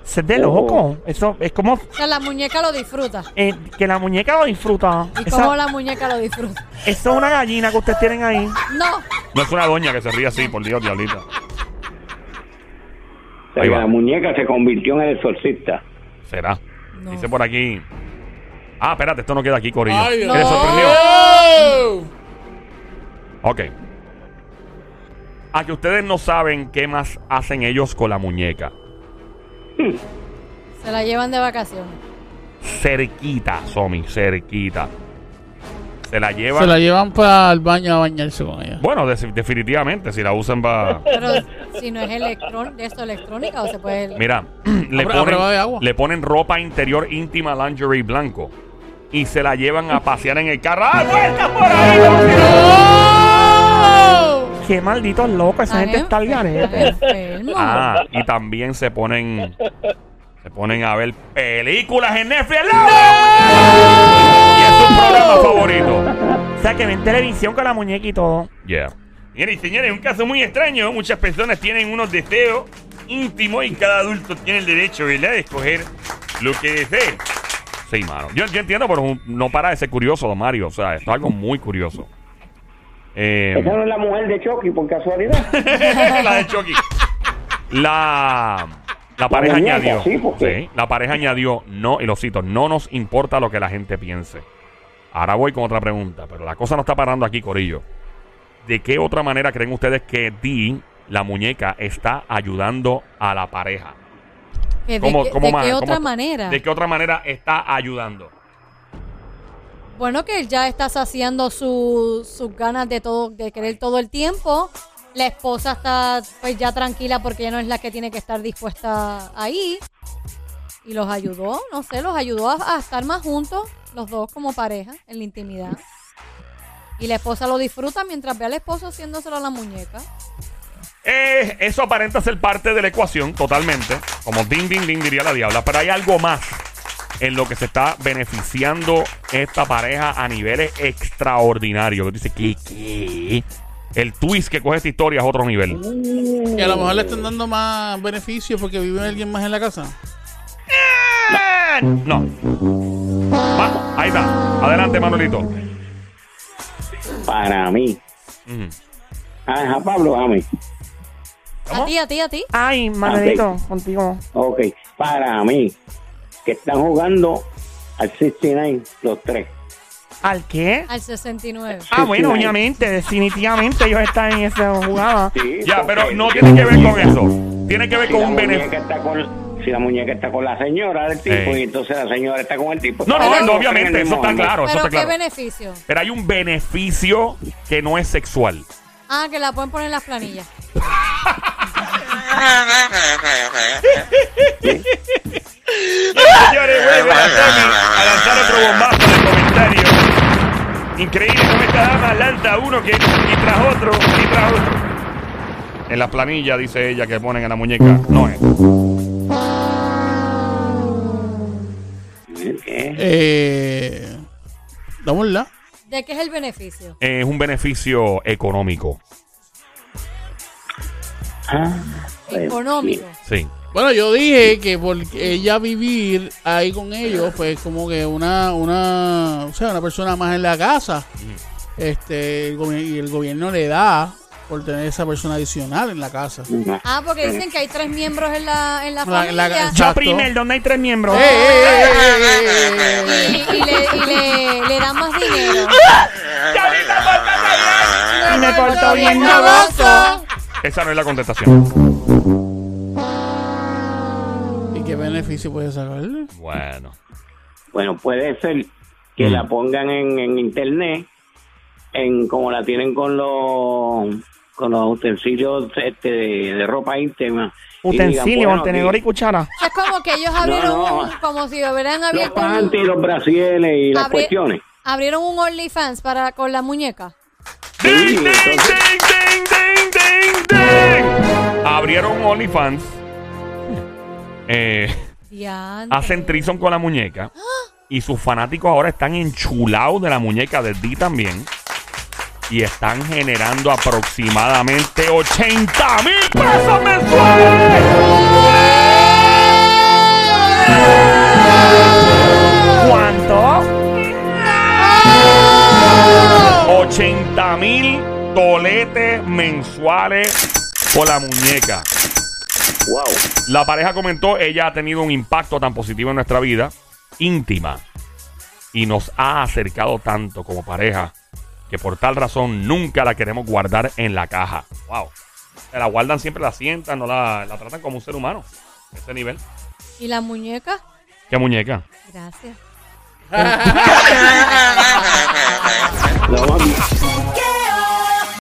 S4: Eso es de
S5: Oh.
S4: loco. Eso es como
S5: O sea, la muñeca lo disfruta.
S4: eh, que la muñeca lo disfruta.
S5: ¿Y
S4: Esa-
S5: cómo la muñeca lo disfruta?
S4: Eso es una gallina que ustedes tienen ahí.
S5: No.
S2: No es una doña que se ríe así, por Dios, diablita.
S9: O
S2: Ahí
S9: sea, que
S2: va.
S9: la muñeca se convirtió en el exorcista.
S2: Será.
S5: No.
S2: Dice por aquí. Ah, espérate, esto no queda aquí, Corillo.
S3: Ay,
S2: ¿Qué
S3: no.
S2: le sorprendió? Ok. A que ustedes no saben qué más hacen ellos con la muñeca.
S5: Se la llevan de vacaciones.
S2: Cerquita, Somi, cerquita. Se la llevan.
S3: Se la llevan para el baño a bañarse con ella.
S2: Bueno, de- definitivamente, si la usan para.
S5: Pero si no es electrón, de esto electrónica o se puede.
S2: Mira, le
S3: Abra- abra de agua.
S2: ponen, le ponen ropa interior íntima lingerie blanco y se la llevan a pasear en el carro. ¡Ah, suelta por ahí! como si no-
S5: ¡Oh!
S4: Qué malditos locos.
S5: Están
S4: Esa gente está al
S5: enfer-
S4: garete.
S5: están enfermos.
S2: Ah, y también se ponen se ponen a ver películas en Netflix. ¡No! Y es su programa favorito.
S4: O sea, que ven televisión con la muñeca y todo.
S2: Yeah. Señores y señores, un caso muy extraño. Muchas personas tienen unos deseos íntimos y cada adulto tiene el derecho, ¿verdad?, de escoger lo que desee. Sí, mano. Yo, yo entiendo, pero no para de ser curioso, don Mario. O sea, esto es algo muy curioso. Eh,
S9: Esa no es la mujer de Chucky, por casualidad.
S2: la de Chucky. La, la pareja
S9: muñeca,
S2: añadió.
S9: sí, porque-
S2: Sí, la pareja añadió, no, y lo cito, no nos importa lo que la gente piense. Ahora voy con otra pregunta, pero la cosa no está parando aquí, Corillo. ¿De qué otra manera creen ustedes que Dee, la muñeca, está ayudando a la pareja?
S5: Que ¿De,
S2: ¿Cómo-
S5: qué-
S2: cómo
S5: de
S2: más?
S5: qué
S2: ¿Cómo
S5: otra
S2: está-
S5: manera?
S2: ¿De qué otra manera está ayudando?
S5: Bueno, que él ya está saciando su- sus ganas de todo, de querer todo el tiempo. La esposa está pues ya tranquila porque ya no es la que tiene que estar dispuesta ahí. Y los ayudó, no sé, los ayudó a, a estar más juntos, los dos como pareja, en la intimidad. Y la esposa lo disfruta mientras ve al esposo haciéndoselo a la muñeca.
S2: Eh, eso aparenta ser parte de la ecuación totalmente. Como ding, ding, ding diría la diabla. Pero hay algo más en lo que se está beneficiando esta pareja a niveles extraordinarios. Que tú dices, ¿qué, qué? El twist que coge esta historia es otro nivel.
S3: Y a lo mejor le están dando más beneficio porque vive alguien más en la casa.
S2: Eh, No. Va, ahí está. Adelante, Manuelito.
S9: Para mí.
S2: Mm.
S9: Ah, a Pablo, a mí.
S5: A ti, a ti, a ti.
S4: Ay, Manuelito, contigo.
S9: Ok, para mí. Que están jugando al 69, los tres.
S4: ¿Al qué?
S5: Al 69.
S2: Eh,
S4: Ah, bueno, obviamente, definitivamente ellos están en esa jugada.
S9: Sí,
S2: Ya, pero
S9: porque
S2: no
S9: si
S2: tiene que
S9: la
S2: ver con
S9: muñeca-
S2: eso. Tiene que ver
S9: si
S2: con
S9: la
S2: un beneficio.
S9: muñeca está con- Si la muñeca está con la señora del tipo
S2: Ey.
S9: y entonces la señora está con el tipo.
S2: No, no,
S9: Están
S2: no,
S9: los
S2: obviamente.
S9: tres en
S2: Eso
S9: el
S2: está
S9: mismo
S2: claro. Eso
S5: Pero
S2: está
S5: qué
S2: claro.
S5: beneficio.
S2: Pero hay un beneficio que no es sexual.
S5: Ah, que la pueden poner en las planillas.
S2: Señores, vuelve la Tommy a lanzar otro bombazo de comentario. Increíble cómo esta dama lanza uno que, y tras otro y tras otro. En la planilla, dice ella, que ponen a la muñeca. No es.
S9: ángulo. ¿Qué?
S3: Eh. Dámosla.
S5: ¿De qué es el beneficio?
S2: Es un beneficio económico.
S9: Ah, pues,
S5: Económico.
S2: Sí.
S3: Bueno, yo dije que por ella vivir ahí con ellos, pues como que una, una, o sea, una persona más en la casa. Este, el gobi- y el gobierno le da por tener esa persona adicional en la casa.
S9: sí. No.
S5: Ah, porque dicen que hay tres miembros en la, en la
S3: La- la-
S5: familia.
S3: cha-
S4: Yo primer, donde hay tres miembros.
S3: ¡Eh, eh, eh, eh, eh, eh, eh!
S5: y, y le, y le- le dan más dinero.
S4: Y me portó bien
S5: baboso.
S2: Esa no es la contestación.
S3: ¿Y qué beneficio puede sacarle?
S2: Bueno.
S9: Bueno, puede ser que
S2: Mm.
S9: la pongan en, en internet, en como la tienen con los con los utensilios este, de, de ropa íntima. Y digan,
S4: Utensilio,
S9: bueno,
S4: tenedor y
S9: aquí
S4: cuchara.
S5: Es como que ellos abrieron
S9: No, no.
S5: un, como si hubieran
S9: Los
S5: abierto un-
S9: panties, los brasieles y las
S5: abri-
S9: cuestiones.
S5: abrieron un OnlyFans para con la muñeca.
S2: ¡Ding,
S9: Sí,
S2: ding, ding,
S9: entonces-
S2: ding, ding, ding, ding! Abrieron OnlyFans. Eh.
S5: Diantre.
S2: hacen trison con la muñeca. Y sus fanáticos ahora están enchulados de la muñeca de Dee también. y están generando aproximadamente 80 mil pesos mensuales.
S4: ¿Cuánto?
S2: 80 mil toletes mensuales por la muñeca.
S9: Wow.
S2: La pareja comentó, ella ha tenido un impacto tan positivo en nuestra vida íntima y nos ha acercado tanto como pareja que por tal razón nunca la queremos guardar en la caja. Wow. Se la guardan siempre, la sientan, no la, la tratan como un ser humano. Ese nivel.
S5: ¿Y la muñeca?
S2: ¿Qué muñeca?
S5: Gracias.